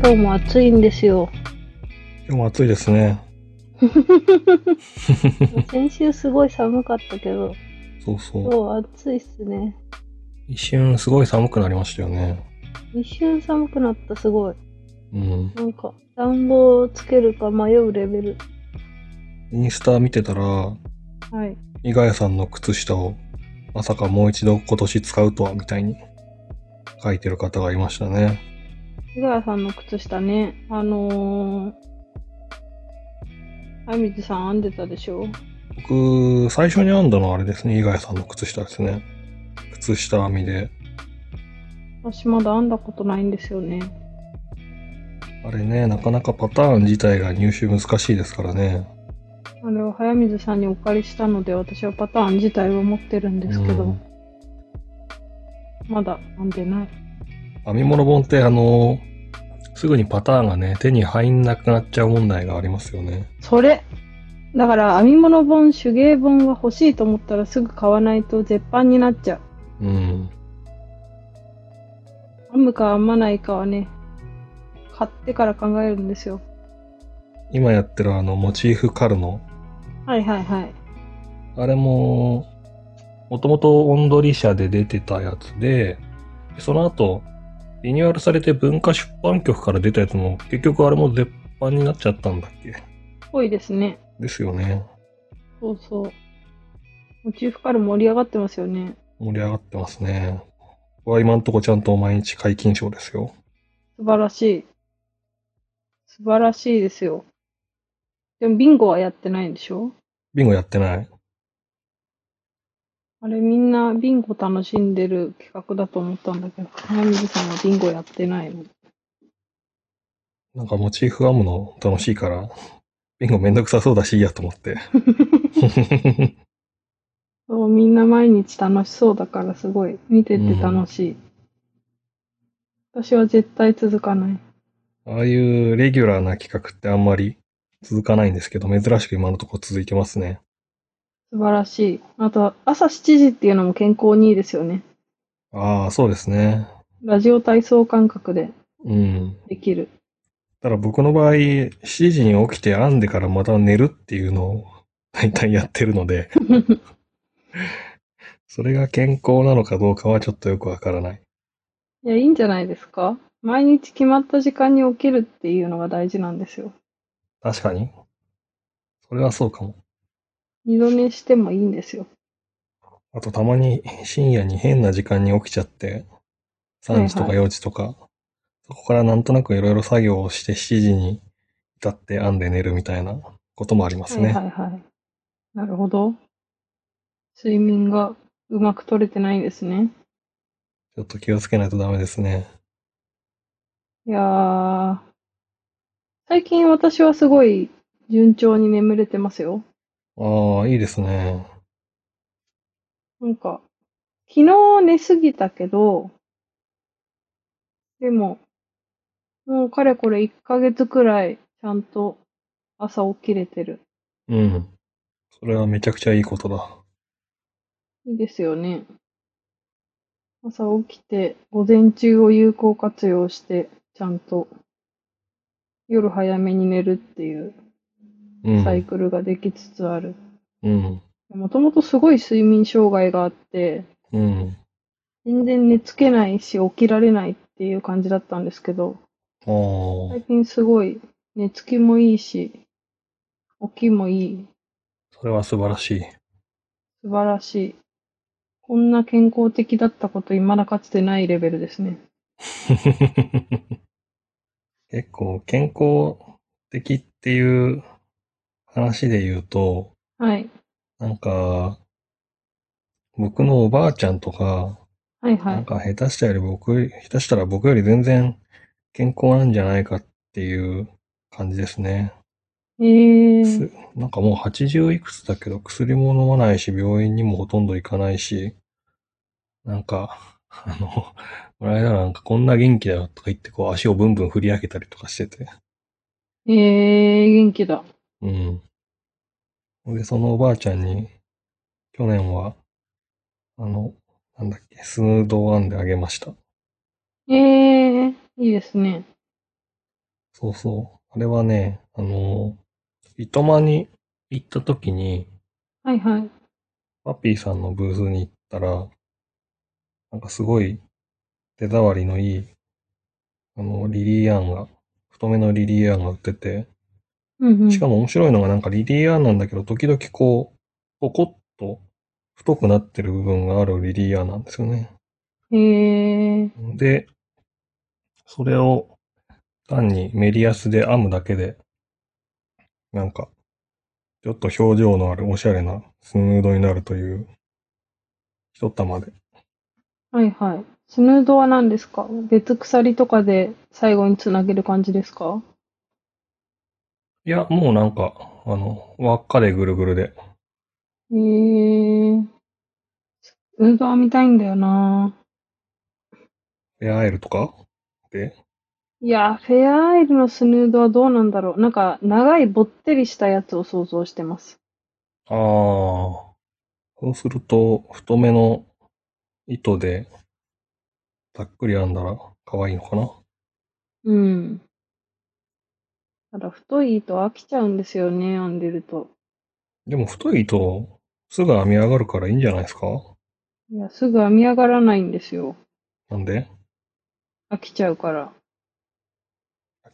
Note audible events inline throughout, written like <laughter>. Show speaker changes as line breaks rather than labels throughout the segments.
今日も暑いんです
<laughs>
よ。
今日も暑いですね。
先週すごい寒かったけど、
そうそう。
今日暑いっすね。
一瞬すごい寒くなりましたよね。
一瞬寒くなった、すごい。
うん。
なんか、暖房つけるか迷うレベル。
インスタ見てたら、
はい。
伊賀谷さんの靴下をまさかもう一度今年使うとはみたいに書いてる方がいましたね。
井川さんの靴下ね、あのー、あみずさん編んでたでしょ
僕、最初に編んだのはあれですね。伊賀谷さんの靴下ですね。靴下編みで。
私まだ編んだことないんですよね。
あれね、なかなかパターン自体が入手難しいですからね。
あれを早水さんにお借りしたので、私はパターン自体は持ってるんですけど、
うん
まだ編んでない。
編み物本ってあの、すぐにパターンがね、手に入んなくなっちゃう問題がありますよね。
それだから編み物本、手芸本が欲しいと思ったらすぐ買わないと絶版になっちゃう。
うん。
編むか編まないかはね、買ってから考えるんですよ。
今やってるあの、モチーフカルノ。
はいはいはい。
あれも、もともとオンドリ社で出てたやつで、その後、リニューアルされて文化出版局から出たやつも、結局あれも絶版になっちゃったんだっけ
ぽいですね。
ですよね。
そうそう。モチーフカル盛り上がってますよね。
盛り上がってますね。僕は今んとこちゃんと毎日解禁賞ですよ。
素晴らしい。素晴らしいですよ。でもビンゴはやってないんでしょ
ビンゴやってない。
あれみんなビンゴ楽しんでる企画だと思ったんだけど、早水さんはビンゴやってないの。
なんかモチーフ編むの楽しいから、ビンゴめんどくさそうだしいいやと思って。
そう、みんな毎日楽しそうだからすごい、見てて楽しい。私は絶対続かない。
ああいうレギュラーな企画ってあんまり続かないんですけど、珍しく今のとこ続いてますね。
素晴らしい。あと、朝7時っていうのも健康にいいですよね。
ああ、そうですね。
ラジオ体操感覚で
うん。
できる。
ただ僕の場合、7時に起きて編んでからまた寝るっていうのを <laughs> 大体やってるので、 <laughs> それが健康なのかどうかはちょっとよくわからない。
いや、いいんじゃないですか毎日決まった時間に起きるっていうのが大事なんですよ。
確かに。それはそうかも。
二度寝してもいいんですよ。
あとたまに深夜に変な時間に起きちゃって、3時と
は
か
い
4時とか、そこからなんとなくいろいろ作業をして7時に至って編んで寝るみたいなこともありますね。
はいはいはい。なるほど。睡眠がうまく取れてないんですね。
ちょっと気をつけないとダメですね。
いやー。最近私はすごい順調に眠れてますよ。
ああ、いいですね。
なんか、昨日寝すぎたけど、でも、もうかれこれ1ヶ月くらいちゃんと朝起きれてる。
うん。それはめちゃくちゃいいことだ。
いいですよね。朝起きて、午前中を有効活用して、ちゃんと夜早めに寝るっていう
うん。
サイクルができつつある。
うん。
もともとすごい睡眠障害があって、
うん。
全然寝つけないし起きられないっていう感じだったんですけど、
ああ
最、近すごい寝つきもいいし、起きもいい。
それは素晴らしい。 <laughs>
素晴らしい。こんな健康的だったこと未だかつてないレベルですね。
結構健康的っていう話で言うと、
はい。
なんか、僕のおばあちゃんとか、
はいは
なん
い。
か下手したより僕、下手したら僕より全然健康なんじゃないかっていう感じですね。
えー。
すなんかもう80いくつだけど薬も飲まないし、病院にもほとんど行かないし、なんか、あの、 <laughs> この間なんかこんな元気だよとか言ってこう足をブンブン振り上げたりとかしてて。
えー、元気だ。
うん。で、そのおばあちゃんに、去年は、あの、なんだっけ、スヌードを編んであげました。
えー、いいですね。
そうそう。あれはね、あの、糸満に行った時に、
はいはい。
パピーさんのブースに行ったら、なんかすごい手触りのいい、あの、リリーアンが、太めのリリーアンが売ってて、
うんうん。
しかも面白いのがなんかリリーアンなんだけど、時々こう、ポコッと太くなってる部分があるリリーアンなんですよね。
へえ。
で、それを単にメリアスで編むだけで、なんか、ちょっと表情のあるおしゃれなスヌードになるという、一玉で。
はいはい。スヌードは何ですか別鎖とかで最後につなげる感じですか
いや、もうなんか、あの、輪っかでぐるぐるで。
へえ。スヌードは見たいんだよな
フェアアイルとかで、
いや、フェアアイルのスヌードはどうなんだろう。なんか、長いぼってりしたやつを想像してます。
ああ、そうすると、太めの糸で、ざっくり編んだら可愛いのかな。
うん。ただ、太い糸飽きちゃうんですよね、編んでると。
でも太い糸、すぐ編み上がるからいいんじゃないですか
いや、すぐ編み上がらないんですよ。
なんで
飽きちゃうから。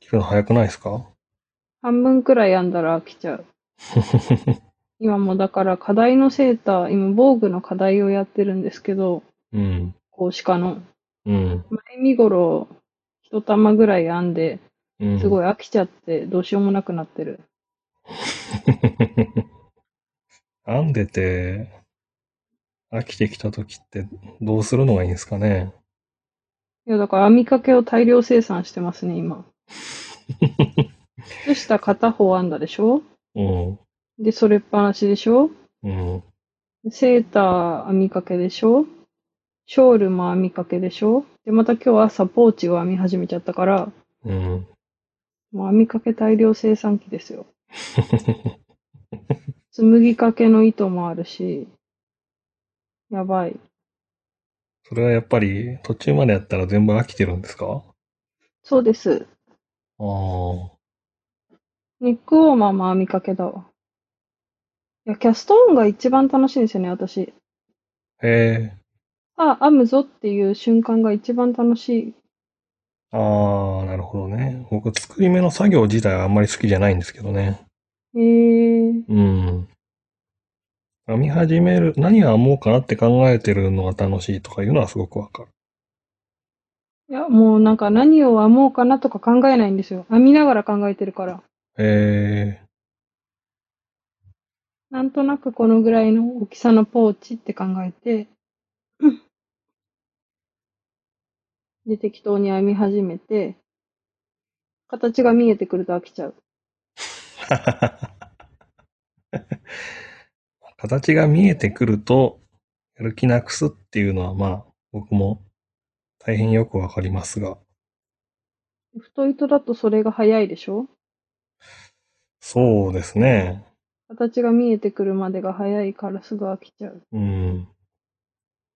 切るの早くないですか <laughs>
半分くらい編んだら飽きちゃう。今もだから課題のセーター、今防具の課題をやってるんですけど、
うん。
格子化の。
うん。
前身頃、一玉ぐらい編んで、
うん。
すご
い。
い飽きちゃって、どうしようもなくなってる。
<laughs> 編んでて、飽きてきた時ってどうするのがいいんですかね
いや、だから編みかけを大量生産してますね、今。靴下片方編んだでしょ
うん。
で、それっぱなしでしょ
うん。
セーター編みかけでしょショールも編みかけでしょで、また今日朝ポーチを編み始めちゃったから、
うん。 <laughs>
もう編みかけ大量生産機ですよ。紡ぎかけの糸もあるし、やばい。
それはやっぱり途中までやったら全部飽きてるんですか
そうです。
ああ。
ネックウォーマーも編みかけだわ。いや、キャストオンが一番楽しいんですよね、私。
へえ。
あ、編むぞっていう瞬間が一番楽しい。
ああ、なるほどね。僕、作り目の作業自体はあんまり好きじゃないんですけどね。
えー、
うん。編み始める、何を編もうかなって考えてるのが楽しいとかいうのはすごくわかる。
いや、もうなんか何を編もうかなとか考えないんですよ。編みながら考えてるから。
へえ。
なんとなくこのぐらいの大きさのポーチって考えて、うんで、適当に編み始めて、形が見えてくると飽きちゃう。
<laughs> 形が見えてくると、やる気なくすっていうのはまあ、僕も大変よくわかりますが。
太糸だとそれが早いでしょ
そうですね。
形が見えてくるまでが早いからすぐ飽きちゃう。
うん。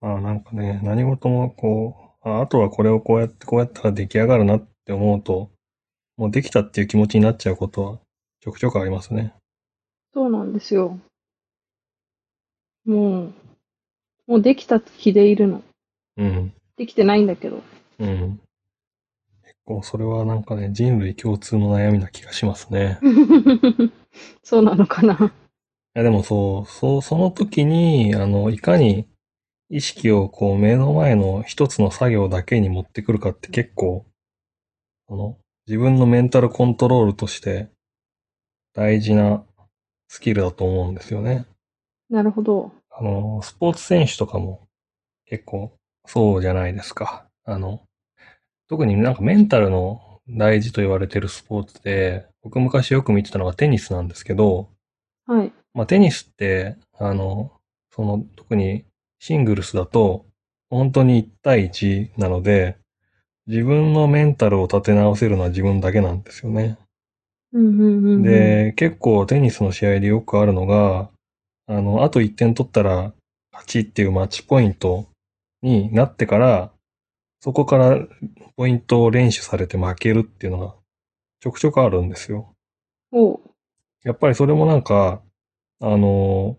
まあなんかね、何事もこう、ああとはこれをこうやってこうやったら出来上がるなって思うと、もうできたっていう気持ちになっちゃうことはちょくちょくありますね。
そうなんですよ。もう、もうできた気でいるの。
うん。
できてないんだ <laughs> けど。
うん。結構それはなんかね、人類共通の悩みな気がしますね。い
そうなのかな。
やでもそう、そう、その時に、あの、いかに意識をこう目の前の一つの作業だけに持ってくるかって結構、あの、自分のメンタルコントロールとして大事なスキルだと思うんですよね。
なるほど。
あの、スポーツ選手とかも結構そうじゃないですか。あの、特になんかメンタルの大事と言われてるスポーツで、僕昔よく見てたのがテニスなんですけど、
はい。
まあテニスって、あの、その特にシングルスだと、本当に1対1なので、自分のメンタルを立て直せるのは自分だけなんですよね。
うんうんうんうん。
で、結構テニスの試合でよくあるのが、あの、あと1点取ったら勝ちっていうマッチポイントになってから、そこからポイントを連取されて負けるっていうのがちょくちょくあるんですよ。
おう。
やっぱりそれもなんか、あの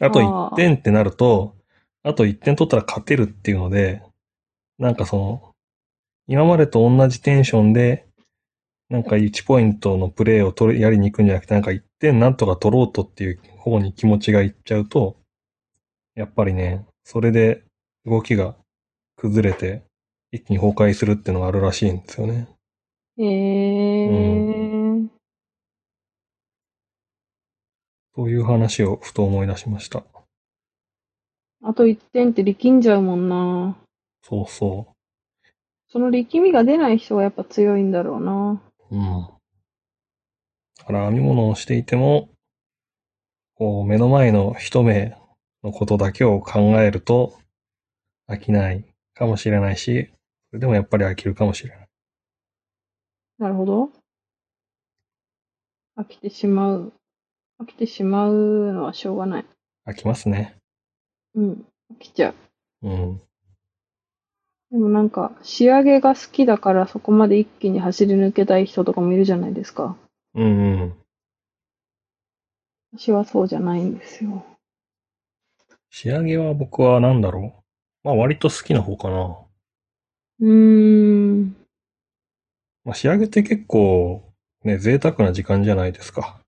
ーあと
あー
1点ってなると、あと1点取ったら勝てるっていうので、なんかその、今までと同じテンションで、なんか1ポイントのプレーを取りやりに行くんじゃなくて、なんか1点なんとか取ろうとっていう方に気持ちがいっちゃうと、やっぱりね、それで動きが崩れて、一気に崩壊するっていうのがあるらしいんですよね。
へえー。
という話をふと思い出しました。
あと1点って力んじゃうもんな。
そうそう。
その力みが出ない人がやっぱ強いんだろうな。
うん。だから編み物をしていても、こう目の前の一目のことだけを考えると飽きないかもしれないし、それでもやっぱり飽きるかもしれない。
なるほど。飽きてしまう。飽きてしまうのはしょうがない。
飽きますね。
うん。飽きちゃう。
うん。
でもなんか、仕上げが好きだからそこまで一気に走り抜けたい人とかもいるじゃないですか。
うんうん。
私はそうじゃないんですよ。
仕上げは僕は何だろう。まあ割と好きな方かな。
うーん。
まあ仕上げって結構ね、贅沢な時間じゃないですか。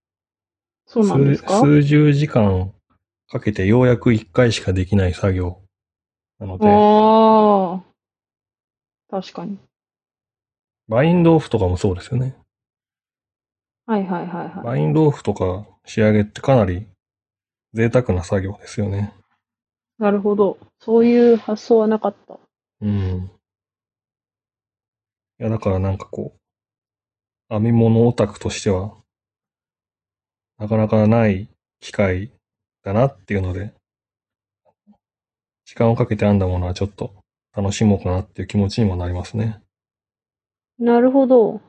そうなんですか
数数十時間かけてようやく一回しかできない作業なので。
ああ。確かに。
バインドオフとかもそうですよね。
はいはいはいはい。
バインドオフとか仕上げってかなり贅沢な作業ですよね。
なるほど。そういう発想はなかった。
うん。いや、だからなんかこう、編み物オタクとしては、なかなかない機会だなっていうので、時間をかけて編んだものはちょっと楽しもうかなっていう気持ちにもなりますね。
なるほど。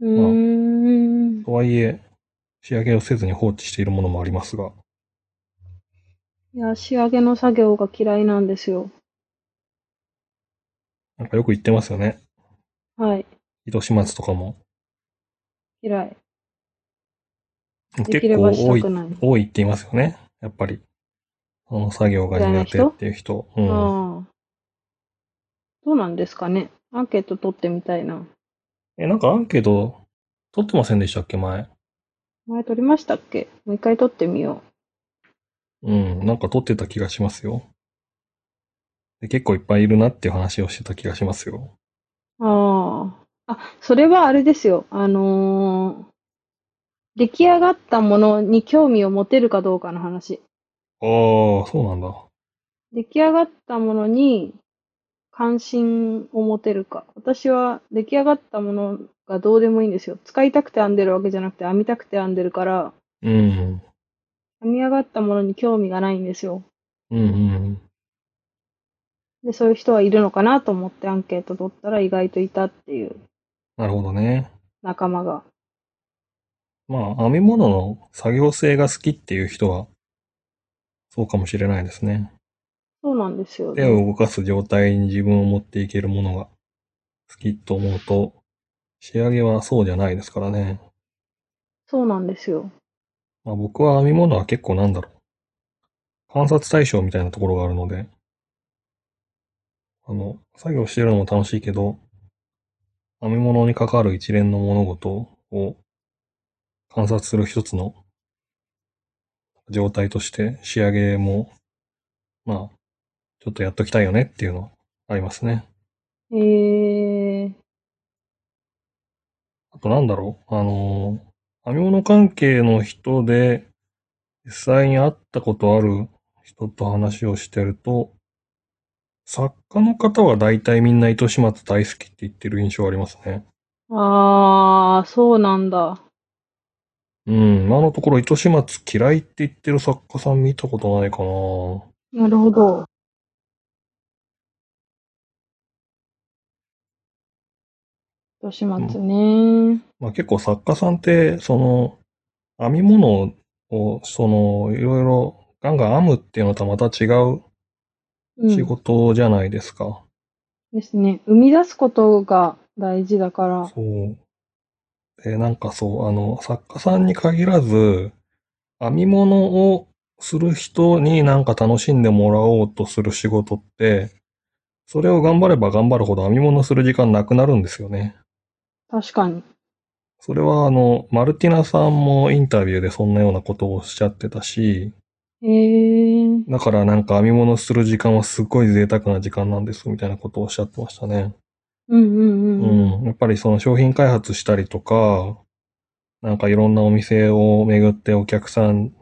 うーん。
とはいえ、仕上げをせずに放置しているものもありますが、
いや、仕上げの作業が嫌いなんですよ。
なんかよく言ってますよね。
はい。
糸始末とかも
嫌い。でき
結
れ
構
ばした
多い
く、ない。
多いって言いますよね。やっぱり。その作業が苦手っていう人。うん。
ああ。どうなんですかね。アンケート取ってみたいな。
え、なんかアンケート取ってませんでしたっけ前。
前取りましたっけもう一回取ってみよ
うん。なんか取ってた気がしますよ。で結構いっぱいいるなっていう話をしてた気がしますよ。
う。ああ。あ、それはあれですよ。あのー出来上がったものに興味を持てるかどうかの話。
ああ、そうなんだ。
出来上がったものに関心を持てるか。私は出来上がったものがどうでもいいんですよ。使いたくて編んでるわけじゃなくて編みたくて編んでるから、
うん。
編み上がったものに興味がないんですよ。
うんうん。
で、そういう人はいるのかなと思ってアンケート取ったら意外といたっていう
なるほどね。
仲間が。
まあ、編み物の作業性が好きっていう人は、そうかもしれないですね。
そうなんですよ、
手
ね。
を動かす状態に自分を持っていけるものが好きと思うと、仕上げはそうじゃないですからね。
そうなんですよ。
まあ、僕は編み物は結構なんだろう。観察対象みたいなところがあるので、あの、作業してるのも楽しいけど、編み物に関わる一連の物事を観察する一つの状態として仕上げも、まあ、ちょっとやっときたいよねっていうのはありますね。
えー、
あとなんだろう、あのー、編み物関係の人で、実際に会ったことある人と話をしてると、作家の方は大体みんな糸始末大好きって言ってる印象ありますね。
あー、そうなんだ。
うん、今のところ糸始末嫌いって言ってる作家さん見たことないかな
なるほど。糸始末ね。
まあ結構作家さんって、その、編み物を、その、いろいろガンガン編むっていうのとはまた違う
うん
仕事じゃないですか。
ですね。生み出すことが大事だから。
そう。で、なんかそう、あの、作家さんに限らず、編み物をする人になんか楽しんでもらおうとする仕事って、それを頑張れば頑張るほど編み物する時間なくなるんですよね。
確かに。
それはあの、マルティナさんもインタビューでそんなようなことをおっしゃってたし、
へえー。
だからなんか編み物する時間はすごい贅沢な時間なんですみたいなことをおっしゃってましたね。
うんうんうん。
うん、やっぱりその商品開発したりとか、なんかいろんなお店を巡ってお客さん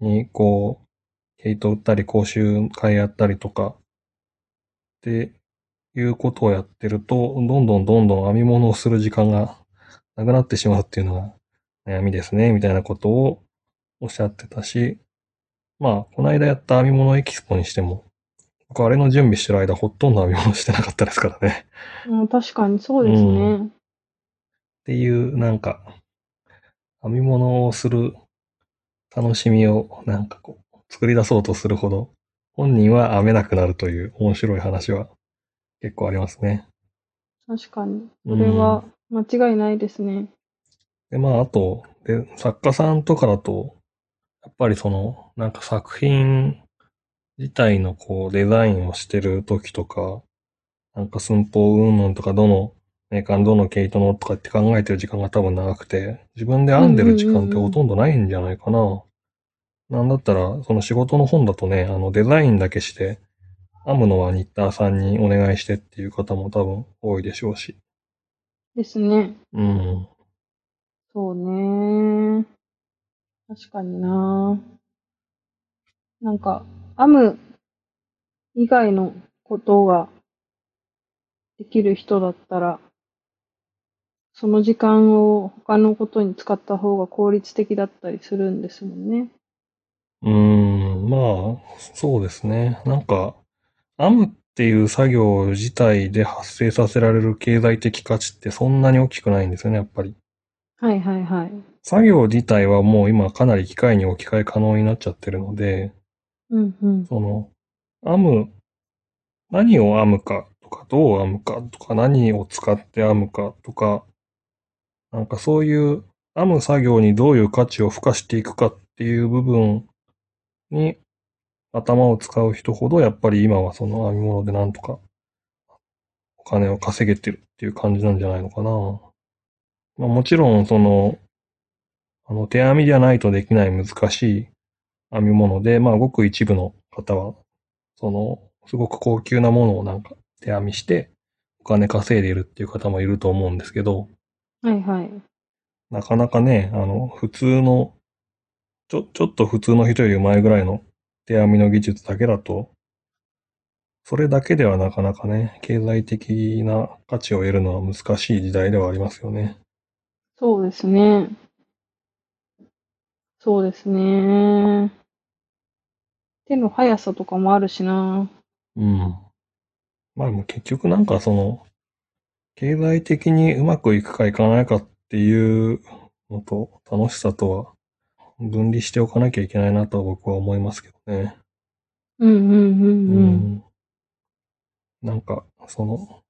にこう、毛糸売ったり、講習会やったりとか、っていうことをやってると、どんどんどんどん編み物をする時間がなくなってしまうっていうのが悩みですね、みたいなことをおっしゃってたし、まあ、この間やった編み物エキスポにしても、僕あれの準備してる間ほとんど編み物してなかったですからね。
うん、確かにそうですね。
うっていう、なんか、編み物をする楽しみを、なんかこう、作り出そうとするほど、本人は編めなくなるという面白い話は結構ありますね。
確かに。それは間違いないですね。
で、まあ、あと、で、作家さんとかだと、やっぱりその、なんか作品自体のこう、デザインをしてる時とか、なんか寸法うんぬんとか、どのメーカーのどの毛糸のとかって考えてる時間が多分長くて、自分で編んでる時間ってほとんどないんじゃないかな。なんだったら、その仕事の本だとね、あの、デザインだけして、編むのはニッターさんにお願いしてっていう方も多分多いでしょうし。
ですね。
うん。
そうね。確かにな。なんか、編む以外のことができる人だったら、その時間を他のことに使った方が効率的だったりするんですもんね。
うーん、まあ、そうですね。なんか、編むっていう作業自体で発生させられる経済的価値ってそんなに大きくないんですよね、やっぱり。
はいはいはい。
作業自体はもう今かなり機械に置き換え可能になっちゃってるので、
うんうん。
その、編む、何を編むかとか、どう編むかとか、何を使って編むかとか、なんかそういう編む作業にどういう価値を付加していくかっていう部分に頭を使う人ほど、やっぱり今はその編み物でなんとかお金を稼げてるっていう感じなんじゃないのかな。まあ、もちろん、その、あの、手編みじゃないとできない難しい編み物で、まあ、ごく一部の方は、その、すごく高級なものをなんか手編みして、お金稼いでいるっていう方もいると思うんですけど、
はいはい。
なかなかね、あの、普通の、ちょ、ちょっと普通の人より前ぐらいの手編みの技術だけだと、それだけではなかなかね、経済的な価値を得るのは難しい時代ではありますよね。
そうですね。そうですね。手の速さとかもあるしな。
うん。まあでも結局なんかその、経済的にうまくいくかいかないかっていうのと楽しさとは分離しておかなきゃいけないなとは僕は思いますけどね。
うんうんう
うん
うん。
なんか、その、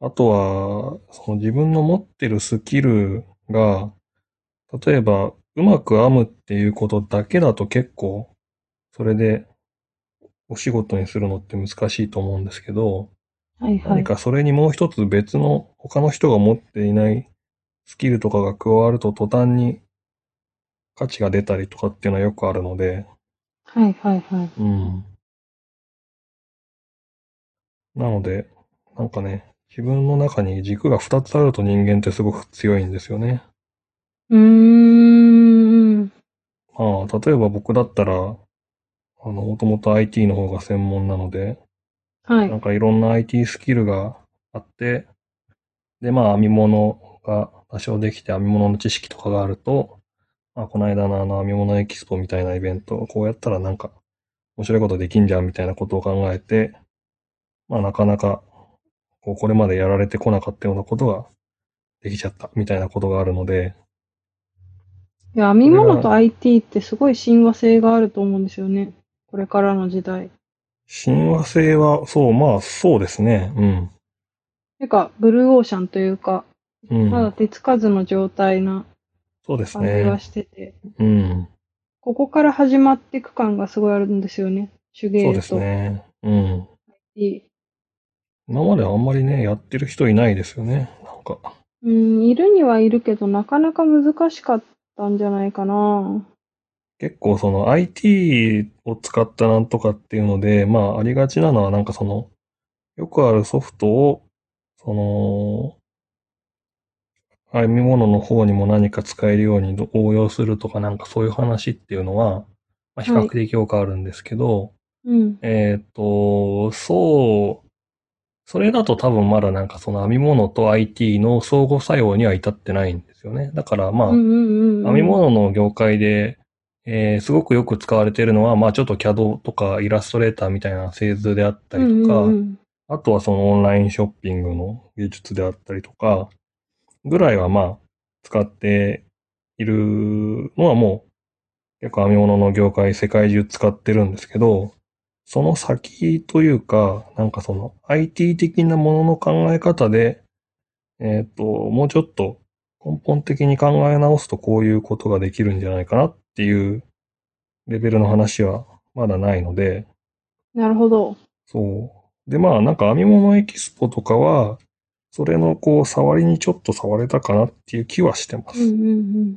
あとは、その自分の持ってるスキルが、例えば、うまく編むっていうことだけだと結構、それで、お仕事にするのって難しいと思うんですけど、
はいはい
何。かそれにもう一つ別の他の人が持っていないスキルとかが加わると途端に価値が出たりとかっていうのはよくあるので、
はいはいはい。
うん。なので、なんかね、自分の中に軸が二つあると人間ってすごく強いんですよね。
うーん。
まあ、例えば僕だったら、あの、もともと IT の方が専門なので、
は
なん
い。
かいろんな IT スキルがあって、で、まあ編み物が多少できて編み物の知識とかがあると、まあこの間のあの編み物エキスポみたいなイベント、こうやったらなんか面白いことできんじゃんみたいなことを考えて、まあなかなかこうこれまでやられてこなかったようなことができちゃったみたいなことがあるので、
いや、編み物と IT ってすごい親和性があると思うんですよね。これからの時代。
親和性は、そう、まあそうですね。うん。
てか、ブルーオーシャンというか、
うん。
まだ手つかずの状態な
そうです
感じが
ね。
してて、
うん。
ここから始まっていく感がすごいあるんですよね。手
そう
芸
です
と、
ね。うん。
い
今まであんまりね、やってる人いないですよね。なんか。
うん、いるにはいるけど、なかなか難しかったんじゃないかな。
結構その IT を使ったなんとかっていうので、まあありがちなのはなんかその、よくあるソフトを、その、編み物の方にも何か使えるようにど応用するとかなんかそういう話っていうのは、まあ、比較的よくあるんですけど、
うん。
えっ、と、そう、それだと多分まだなんかその編み物と IT の相互作用には至ってないんですよね。だからまあ、
うんうんうんうん。
編み物の業界で、えーすごくよく使われているのは、まあちょっと CAD とかイラストレーターみたいな製図であったりと
う
か、
んうんうん
あとはそのオンラインショッピングの技術であったりとか、ぐらいはまあ使っているのはもう結構編み物の業界世界中使ってるんですけど、その先というか、なんかその IT 的なものの考え方で、えっ、と、もうちょっと根本的に考え直すとこういうことができるんじゃないかなっていうレベルの話はまだないので、
なるほど。
そう。で、まあ、なんか編み物エキスポとかは、それのこう、触りにちょっと触れたかなっていう気はしてま
うんう
す。
んうん。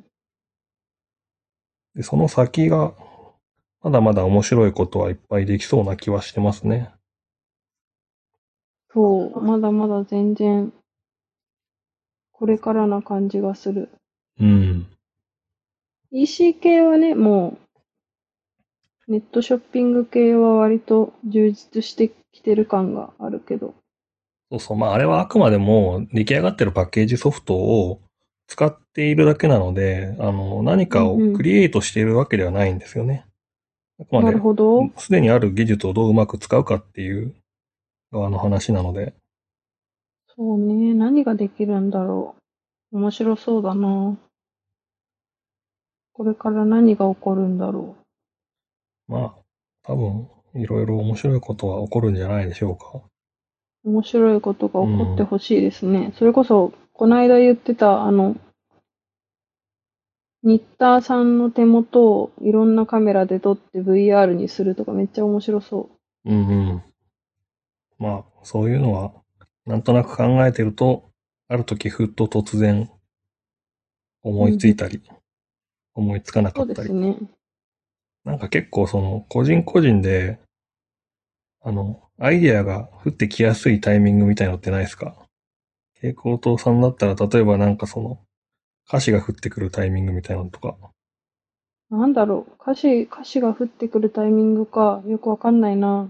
で、その先が、まだまだ面白いことはいっぱいできそうな気はしてますね。
そう、まだまだ全然、これからな感じがする。
うん。
EC 系はね、もう、ネットショッピング系は割と充実してきてる感があるけど。
そうそう。まあ、あれはあくまでも出来上がってるパッケージソフトを使っているだけなので、あの、何かを
うんうん
クリエイトしているわけではないんですよね。あくま
な
で
る、ほど。
すでにある技術をどううまく使うかっていう側の話なので。
そうね。何ができるんだろう。面白そうだな。これから何が起こるんだろ
まあ、多分、いろいろ面白いことは起こるんじゃないでしょうか。
う。面白いことが起こってほしいですね。それこそ、こないだ言ってた、あの、ニッターさんの手元をいろんなカメラで撮って VR にするとかめっちゃ面白そう。
うんうん。まあ、そういうのは、なんとなく考えてると、ある時ふっと突然、思いついたり、思いつかなか
そう
っ
で
た
す
り。
ね。
なんか結構その、個人個人で、あの、アイディアが降ってきやすいタイミングみたいのってないですか蛍光灯さんだったら、例えばなんかその、歌詞が降ってくるタイミングみたいなのとか。
なんだろう。歌詞、歌詞が降ってくるタイミングか、よくわかんないな。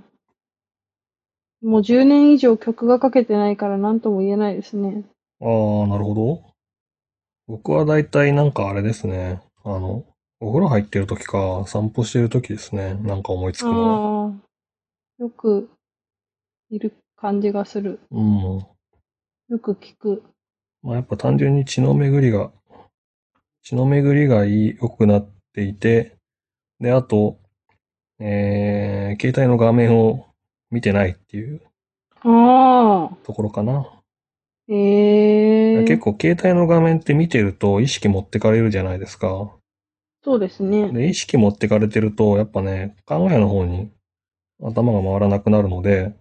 もう10年以上曲がかけてないから何とも言えないですね。
ああ、なるほど。僕はだいたいなんかあれですね。あの、お風呂入ってる時か、散歩してる時ですね。なんか思いつくの
あ
は。
あ、よくいる感じがする。
うん。
よく聞く。
まあやっぱ単純に血の巡りが、血の巡りがいい良くなっていて、で、あと、えー、携帯の画面を見てないっていう
ああ、
ところかな。
ええ
結構携帯の画面って見てると意識持ってかれるじゃないですか。
そうです
<laughs>
ね。
で、意識持ってかれてると、やっぱね、考えの方に頭が回らなくなるので、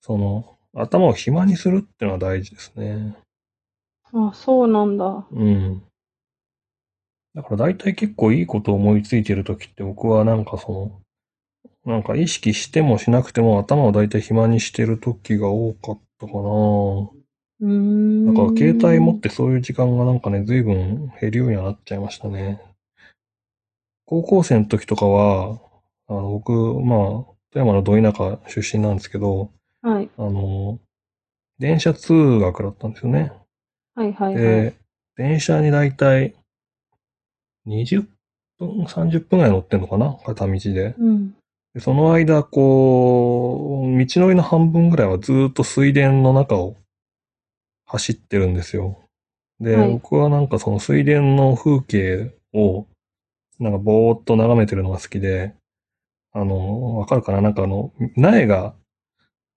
その、頭を暇にするってのは大事ですね。
あそうなんだ。
うん。だから大体結構いいことを思いついてる時って僕はなんかその、なんか意識してもしなくても頭を大体暇にしてる時が多かったかな
うーん。
だから携帯持ってそういう時間がなんかね、随分減るようにはなっちゃいましたね。高校生の時とかは、あの、僕、まあ、富山のど田舎出身なんですけど、
はい、
あの、電車通学だったんですよね。
はい、はい、はい。
で、電車にだいたい20分、30分ぐらい乗ってんのかな片道で。
うん。
でその間、こう、道のりの半分ぐらいはずーっと水田の中を走ってるんですよ。で、
はい
僕はなんかその水田の風景を、なんかぼーっと眺めてるのが好きで、あの、わかるかななんかあの、苗が、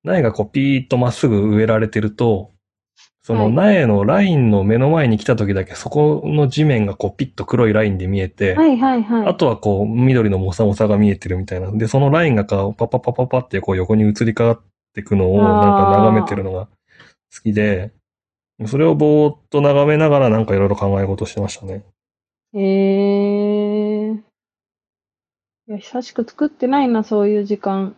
苗がこうピーッとまっすぐ植えられてると、その
はい
苗のラインの目の前に来た時だけ、そこの地面がこうピッと黒いラインで見えて、
はいはいはい。
あとはこう緑のモサモサが見えてるみたいな。で、そのラインがこうパッパッパッパッパってこう横に移り変わってくのを
あー
なんか眺めてるのが好きで、それをぼーっと眺めながらなんかいろいろ考え事してましたね。
へえ。いや、久しく作ってないな、そういう時間。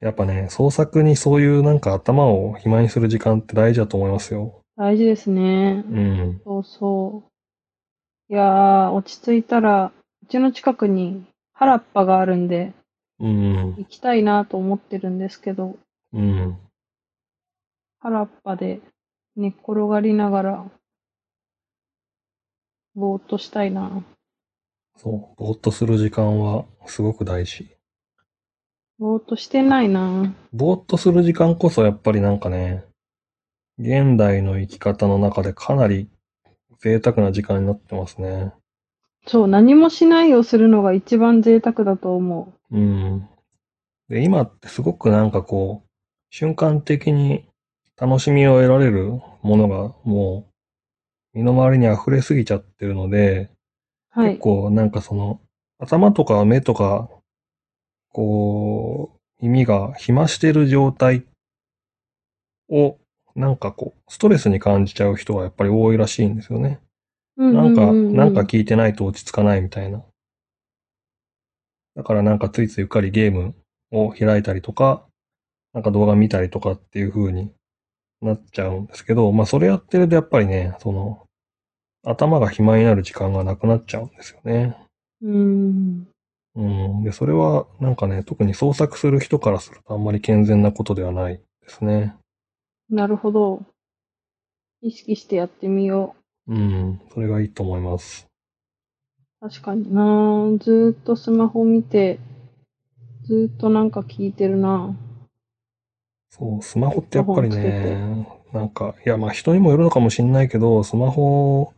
やっぱね、創作にそういうなんか頭を暇にする時間って大事だと思いますよ。
大事ですね。
うん。
そうそう。いやー、落ち着いたら、うちの近くに原っぱがあるんで、
うん。
行きたいなと思ってるんですけど、
うん。
原っぱで寝っ転がりながら、ぼーっとしたいな。
そう。ぼーっとする時間はすごく大事。
ぼーっとしてないな。
ぼーっとする時間こそやっぱりなんかね、現代の生き方の中でかなり贅沢な時間になってますね。
そう、何もしないをするのが一番贅沢だと思
うん。で、今ってすごくなんかこう、瞬間的に楽しみを得られるものがもう身の回りに溢れすぎちゃってるので、
う。はい
結。構なんかその頭とか目とか、こう、耳が暇してる状態をなんかこう、ストレスに感じちゃう人がやっぱり多いらしいんですよね。
な
なんか、なんか聞いてないと落ち着かないみたいな。だからなんかついついうっかりゲームを開いたりとか、なんか動画見たりとかっていう風になっちゃうんですけど、まあそれやってるとやっぱりね、その、頭が暇になる時間がなくなっちゃうんですよね。
うん。
うん。で、それはなんかね、特に創作する人からするとあんまり健全なことではないですね。
なるほど。意識してやってみよ
うん。それがいいと思います。
う。確かになずーっとスマホ見て、ずーっとなんか聞いてるな
そう、スマホってやっぱり
ヘッド
ね、なんか、いや、まあ人にもよるのかもしれないけど、スマホ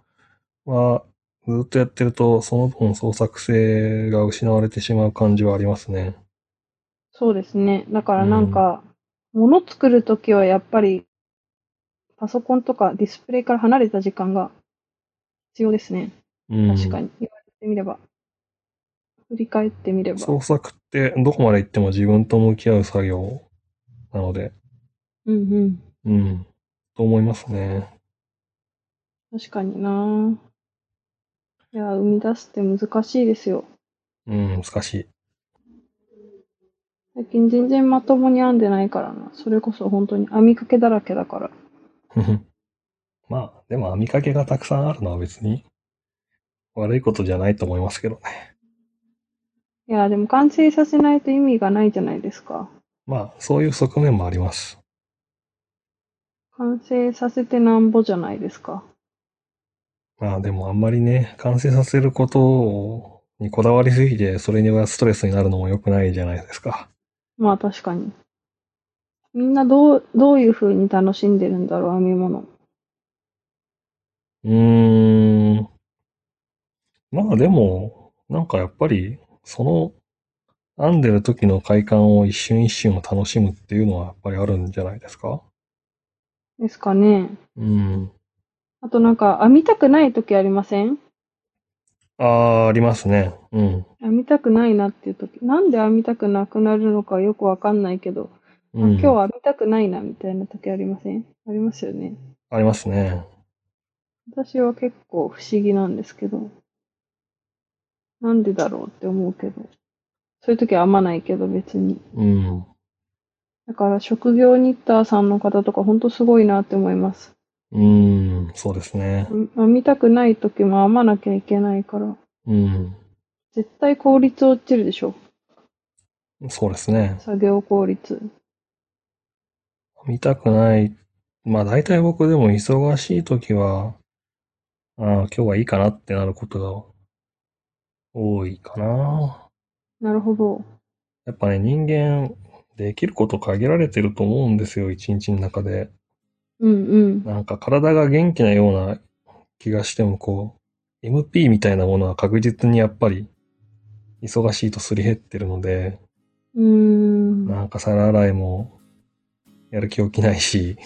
はずっとやってると、その分創作性が失われてしまう感じはありますね。
そうですね。だからなんか、物作るときはやっぱり、パソコンとかディスプレイから離れた時間が必要ですね。
うん。
確かに。言われてみれば。振り返ってみれば。う
創作ってどこまで行っても自分と向き合う作業なので、
ん
うん、と思いますね。
うん。確かにないや、生み出すって難しいですよ。
うん、難しい。 <laughs>
最近全然まともに編んでないからな。それこそ本当に編みかけだらけだから。
まあ、でも編みかけがたくさんあるのは別に悪いことじゃないと思いますけどね。
いや、でも完成させないと意味がないじゃないですか。
まあ、そういう側面もあります。
完成させてなんぼじゃないですか。
まあでもあんまりね、完成させることにこだわりすぎて、それにはストレスになるのも良くないじゃないですか。
まあ確かに。みんなどう、どういう風に楽しんでるんだろう、編み物。
うーん。まあでも、なんかやっぱり、その、編んでる時の快感を一瞬一瞬を楽しむっていうのはやっぱりあるんじゃないですか
ですかね。
うん。
あとなんか、編みたくない時ありません
ああ、ありますね。うん。
編みたくないなっていう時。なんで編みたくなくなるのかよくわかんないけど、
う
あ
ん、
今日は編みたくないなみたいな時ありませんありますよね。
ありますね。
私は結構不思議なんですけど、なんでだろうって思うけど、そういう時は編まないけど別に。
うん。
だから職業ニッターさんの方とかほんとすごいなって思います。
うん、そうですね。
うん編みたくない時も編まなきゃいけないから、
うん。
絶対効率落ちるでしょ。
そうですね。
作業効率。
見たくない。まあ大体僕でも忙しい時は、ああ、今日はいいかなってなることが多いかな。
なるほど。
やっぱね、人間、できること限られてると思うんですよ、一日の中で。
うんうん。
なんか体が元気なような気がしても、こう、MP みたいなものは確実にやっぱり、忙しいとすり減ってるので、
うーん。
なんか皿洗いも、やる気起きないし、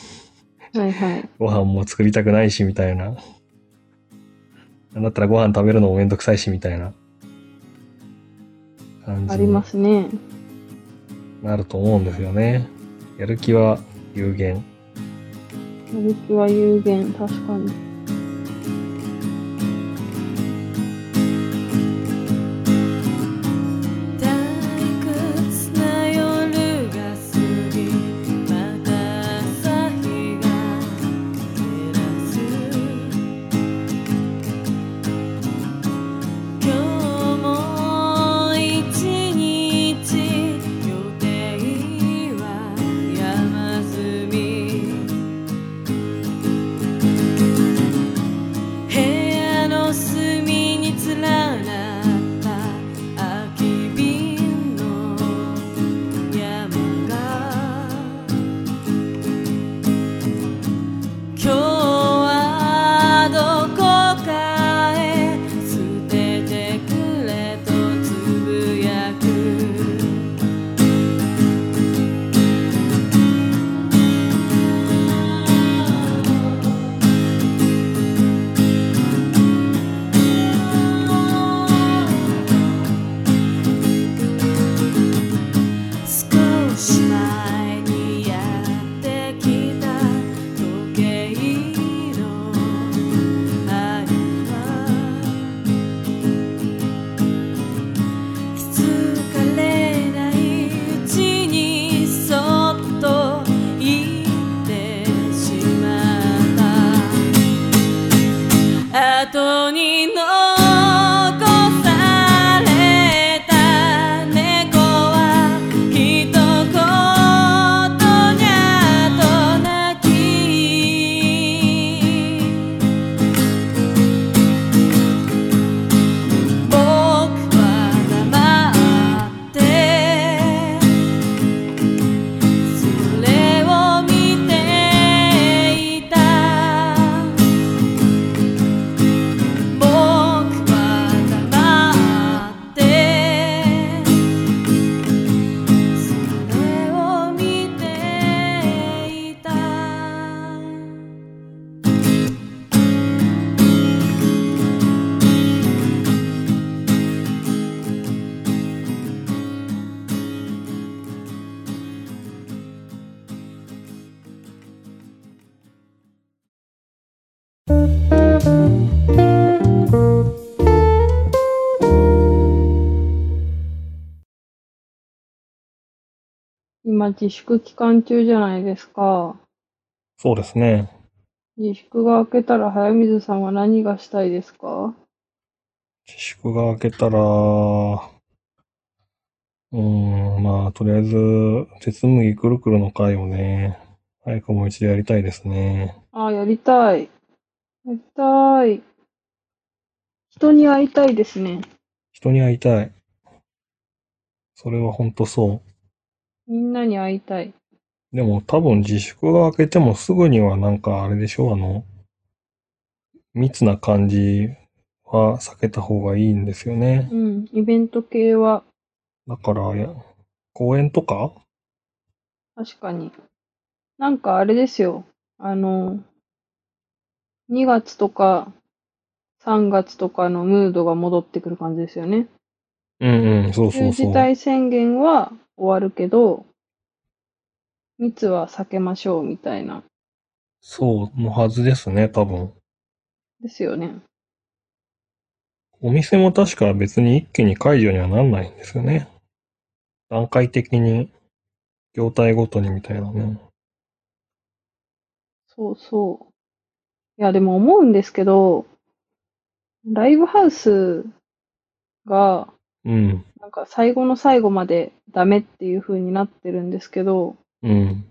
はいはい。
ご飯も作りたくないし、みたいな。なんだったらご飯食べるのもめんどくさいし、みたいな感
あ
じ
り
に
ますね。
なると思うんですよね。やる気は有限。
やる気は有限、確かに。
「退屈な夜が過ぎ」「また朝日が照らす」「今日も一日予定は山積み」部屋の隅に連なった空き瓶の山が今日はどこかへ捨ててくれとつぶやく少し前にやってきた時計の針はいつかれないうちにそっと言ってしまった後に残された猫は一言にゃと泣き僕は黙ってそれを見ていた「僕は黙って」「それを見ていた」
今自粛期間中じゃないですか。
そうですね。
自粛が明けたら早水さんは何がしたいですか
自粛が明けたら、うーん、まあ、とりあえず、鉄麦くるくるの回をね、早くもう一度やりたいですね。
ああ、やりたい。やりたい。人に会いたいですね。
人に会いたい。それはほんとそ
みんなに会いたい。
う。でも多分自粛が明けてもすぐにはなんかあれでしょあの、密な感じは避けた方がいいんですよね。
うん、イベント系は
だから、や公園とか
確かに。なんかあれですよ。あの、2月とか3月とかのムードが戻ってくる感じですよね。
うんうん、そうそうそ
事
う。
態宣言は終わるけど、密は避けましょうみたいな。
そうのはずですね、多分。
ですよね。
お店も確か別に一気に解除にはなんないんですよね。段階的に、業態ごとにみたいなね。
そうそう。いや、でも思うんですけど、ライブハウスが、
うん、
なんか最後の最後までダメっていう風になってるんですけど、
うん、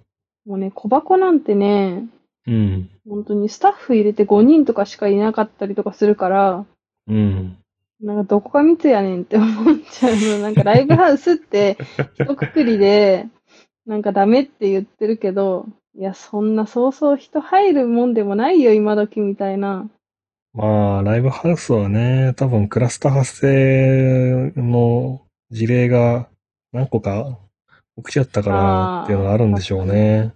もうね、小箱なんてね、
うん、
本当にスタッフ入れて5人とかしかいなかったりとかするから、
うん。
なんかどこが密やねんって思っちゃうの。なんかライブハウスって一括りで、なんかダメって言ってるけど、いや、そんなそうそう人入るもんでもないよ、今時みたいな。
まあ、ライブハウスはね、多分クラスター発生の事例が何個か起きちゃったか
あー
らっていうのがあるんでしょうね。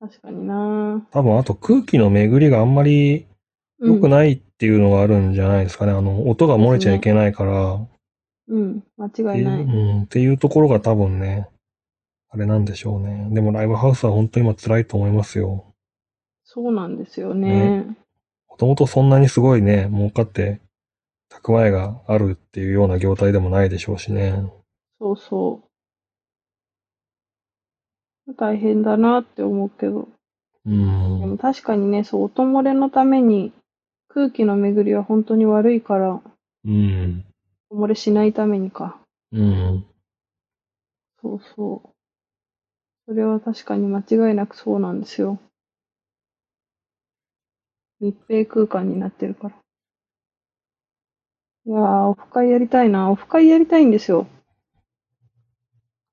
確かにな
多分あと空気の巡りがあんまり良く
い
ないっていうのがあるんじゃないですかね。あの、音が漏れちゃいけないから、
うん、間
っ
違
てい
いうない。
うん、っていうところが多分ね、あれなんでしょうね。でもライブハウスは本当今辛いと思いますよ。
そうなんですよね。
もともとそんなにすごいね、儲かって、蓄えがあるっていうような業態でもないでしょうしね。
そうそう。大変だなって思うけど。
う
で
ん
も。確かにね、そう、音漏れのために空気の巡りは本当に悪いから、
うん。
音漏れしないためにか。
うん。
そうそう。それは確かに間違いなくそうなんですよ。密閉空間になってるから。いやー、オフ会やりたいな。オフ会やりたいんですよ。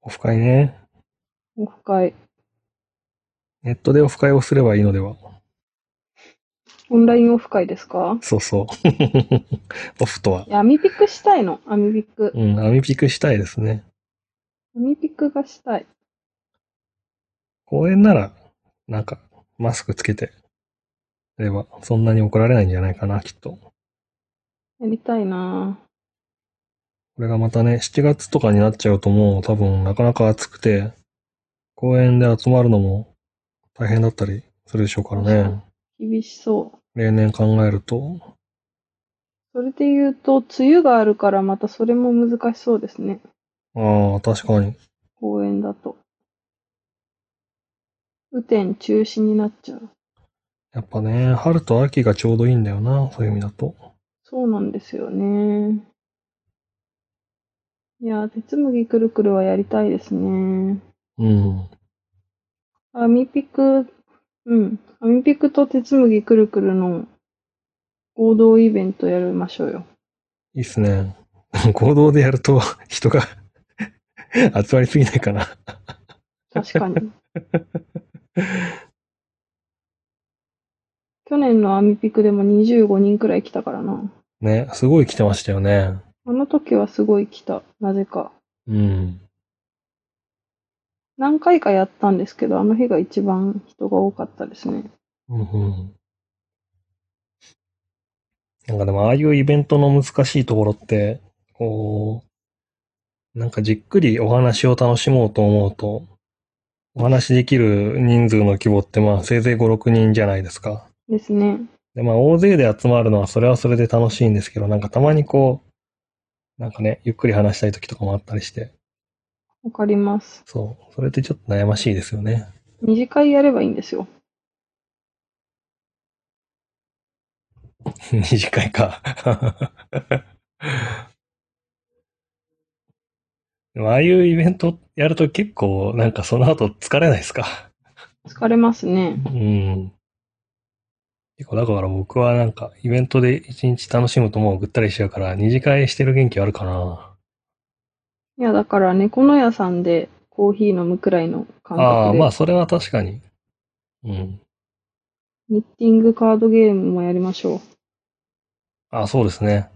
オフ会ね。
オフ会。
ネットでオフ会をすればいいのでは。
オンラインオフ会ですか
そうそう。 <laughs> オフとは。
いや、アミピクしたいの。アミピク。
うん、アミピクしたいですね。
アミピクがしたい。
公園なら、なんか、マスクつけて、れば、そんなに怒られないんじゃないかな、きっと。
やりたいな
これがまたね、7月とかになっちゃうともう多分なかなか暑くて、公園で集まるのも大変だったりするでしょうから
確かに
ね。
厳しそう。
例年考えると。
それで言うと、梅雨があるからまたそれも難しそうですね。
ああ、確かに。
公園だと。雨天中止になっちゃう。
やっぱね、春と秋がちょうどいいんだよな、そういう意味だと。
そうなんですよね。いやー、鉄麦くるくるはやりたいですね。
うん。
アミピク、うん。アミピクと鉄麦くるくるの合同イベントやりましょうよ。
いいっすね。 <laughs> 行動でやると <laughs> 人が集まりすぎないかな。
確かに。去年のアミピクでも25人くらい来たからな。
ね、すごい来てましたよね。
あの時はすごい来た。なぜか。
うん。
何回かやったんですけど、あの日が一番人が多かったですね。
うんうん。なんかでも、ああいうイベントの難しいところって、こう、なんかじっくりお話を楽しもうと思うと、お話できる人数の規模って、まあ、せいぜい5、6人じゃないですか。
ですね。
で、まあ、大勢で集まるのは、それはそれで楽しいんですけど、なんかたまにこう、なんかね、ゆっくり話したい時とかもあったりして、
わかります。
そう、それってちょっと悩ましいですよね。 <laughs>
二次会やればいいんですよ。
二次会か。 <laughs> でもああいうイベントやると結構なんかその後疲れないですか。
疲れますね。
うん。結構だから僕はなんかイベントで一日楽しむともうぐったりしちゃうから二次会してる元気あるかな。
いや、だから猫の屋さんでコーヒー飲むくらいの感
ああ、
覚で、
まあそれは確かに。うん。
ニッティングカードゲームもやりましょう。
あ、そうですね。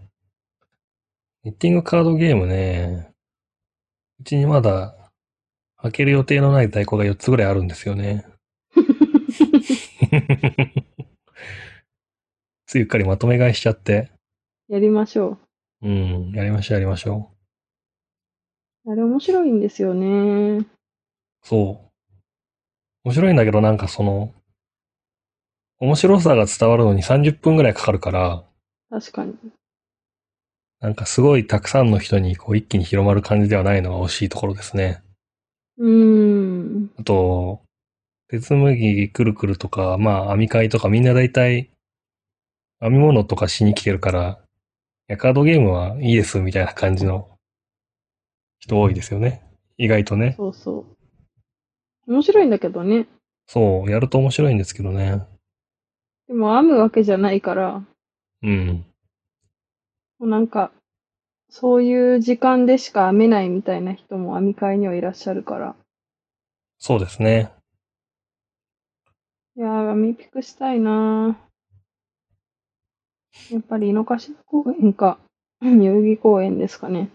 ニッティングカードゲームね。うちにまだ開ける予定のない在庫が4つぐらいあるんですよね。ついうっかりまとめ買いしちゃって。
やりましょ
うん、やりましょうやりましょ
う。あれ面白いんですよね。
う。そう。面白いんだけどなんかその、面白さが伝わるのに30分ぐらいかかるから、
確かに。
なんかすごいたくさんの人にこう一気に広まる感じではないのが惜しいところですね。
うーん。
あと、鉄麦くるくるとか、まあ、網会とかみんな大体、編み物とかしに来てるから、いや、カードゲームはいいです、みたいな感じの人多いですよね。意外とね。
そうそう。面白いんだけどね。
そう、やると面白いんですけどね。
でも編むわけじゃないから、
うん。
もうなんか、そういう時間でしか編めないみたいな人も編み会にはいらっしゃるから。
そうですね。
いやー、編みピクしたいなーやっぱり井の頭公園か、代々木公園ですかね。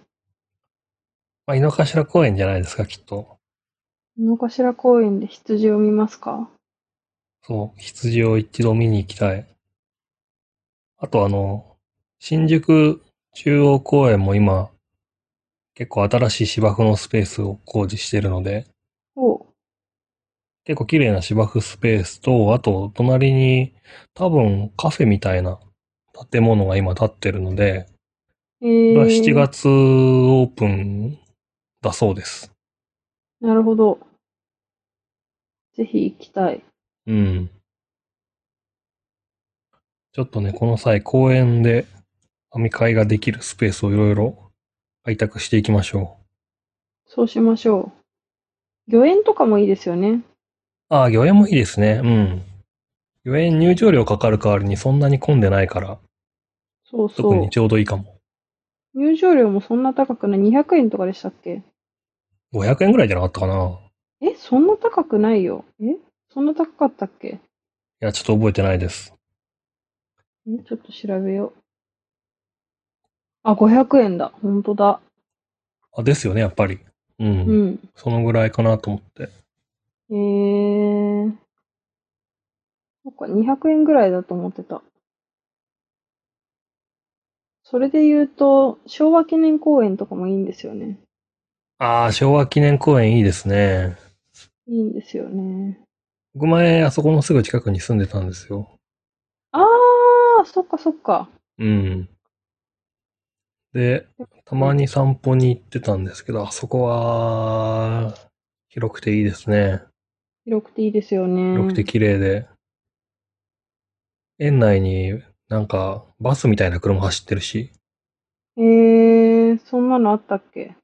まあ、井の頭公園じゃないですか、きっと。
井の頭公園で羊を見ますか
そう、羊を一度見に行きたい。あとあの、新宿中央公園も今、結構新しい芝生のスペースを工事してるので、
お
結構綺麗な芝生スペースと、あと隣に多分カフェみたいな建物が今建ってるので、
えー、
これは7月オープンだそうです。
なるほど。ぜひ行きたい。
うん。ちょっとね、この際公園で飲み会ができるスペースをいろいろ開拓していきましょ
そうしましょう。漁園とかもいいですよね。
う。ああ、漁園もいいですね。うん。漁園入場料かかる代わりにそんなに混んでないから、
そうそ
特
う
に。ちょうどいいかも。
入場料もそんな高くない。200円とかでしたっけ
500円ぐらいじゃなかったかな。
え、そんな高くないよ。えそんな高かったっけ
いや、ちょっと覚えてないです。
えちょっと調べよう。あ、500円だ。ほんとだ。
あ、ですよね、やっぱり。うん。
うん。
そのぐらいかなと思って。
えー。そっか、200円ぐらいだと思ってた。それで言うと、昭和記念公園とかもいいんですよね。
ああ、昭和記念公園いいですね。
いいんですよね。
僕前、あそこのすぐ近くに住んでたんですよ。
あー、そっかそっか。
うん。で、たまに散歩に行ってたんですけど、あそこは、広くていいですね。
広くていいですよね。
広くて綺麗で。園内になんか、バスみたいな車走ってるし、
えー、そんなのあったっけ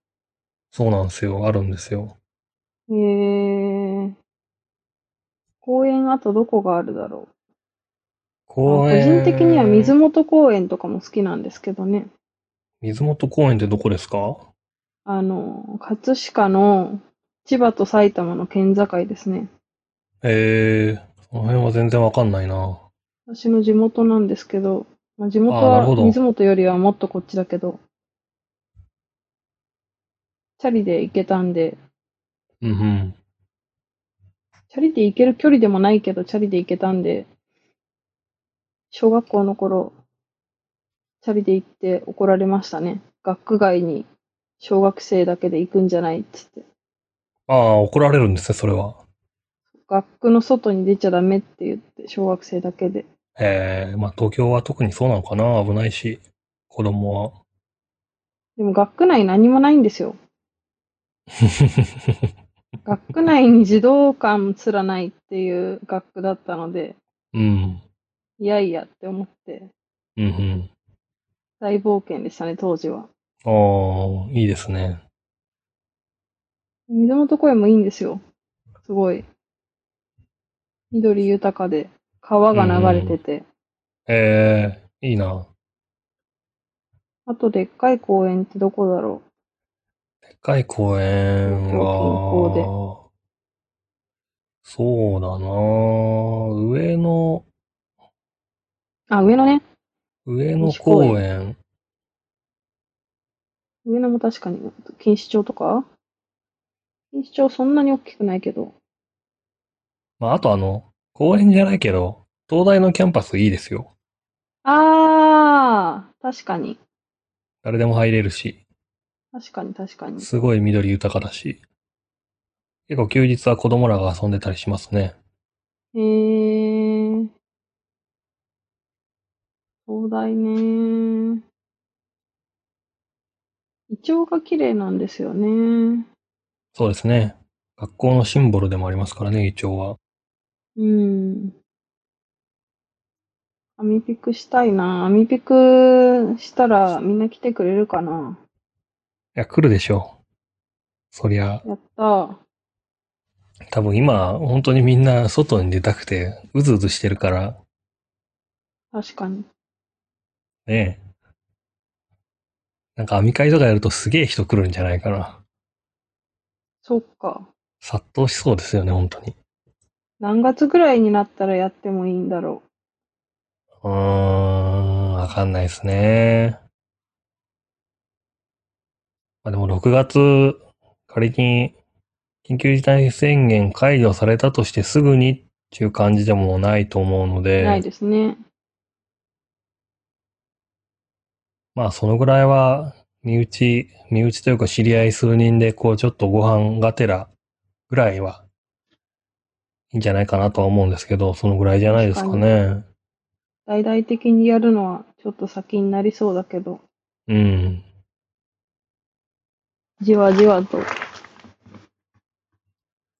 そうなんですよ、あるんですよ。
えー。公園あとどこがあるだろう。
公
個
園。
人的には水元公園とかも好きなんですけどね。
水元公園ってどこですか
あの、葛飾の千葉と埼玉の県境ですね。
ええその辺は全然わかんないな。
私の地元なんですけど、まあ、地元
あーなる
は
ほど
水元よりはもっとこっちだけど、チャリで行けたんで、
うんうん。
チャリで行ける距離でもないけど、チャリで行けたんで、小学校の頃、チャリで行って怒られましたね。学区外に小学生だけで行くんじゃないっつって。
ああ、怒られるんですね、それは。
学区の外に出ちゃダメって言って、小学生だけで。
ええまあ東京は特にそうなのかな、危ないし、子供は。
でも学区内何もないんですよ。学区内に児童館すらないっていう学区だったので、
うん。
いやいやって思って、
うん
大冒険でしたね、当時は。
うん。ああ、いいですね。
水元公園もいいんですよ。すごい。緑豊かで、川が流れてて、
ええいいな。
あとでっかい公園ってどこだろ
でっかい公園
東京近
は、そうだな上の、
う。あ、上野ね。
上野
西公園
公園、
上野も確かに、錦糸町とか錦糸町そんなに大きくないけど。
まああとあの、公園じゃないけど、東大のキャンパスいいですよ。
あー、確かに。
誰でも入れるし。
確かに確かに。
すごい緑豊かだし。結構休日は子供らが遊んでたりしますね。
へー。壮大ね。イチョウが綺麗なんですよね。
そうですね。学校のシンボルでもありますからね、イチョウは。
うん。アミピクしたいな。アミピクしたらみんな来てくれるかな。
いや、来るでしょう。そりゃ、
やったー。
多分今、本当にみんな外に出たくて、うずうずしてるから、
確かに。
ねえ。なんか網会とかやるとすげえ人来るんじゃないかな。
そっか。
殺到しそうですよね、本当に。
何月ぐらいになったらやってもいいんだろ
うーん、わかんないですね。まあでも6月、仮に緊急事態宣言解除されたとしてすぐにっていう感じでもないと思うので、
ないですね。
まあ、そのぐらいは、身内、身内というか知り合い数人で、こう、ちょっとご飯がてらぐらいは、いいんじゃないかなとは思うんですけど、そのぐらいじゃないですかね。
大々的にやるのはちょっと先になりそうだけど、
うん。
じわじわと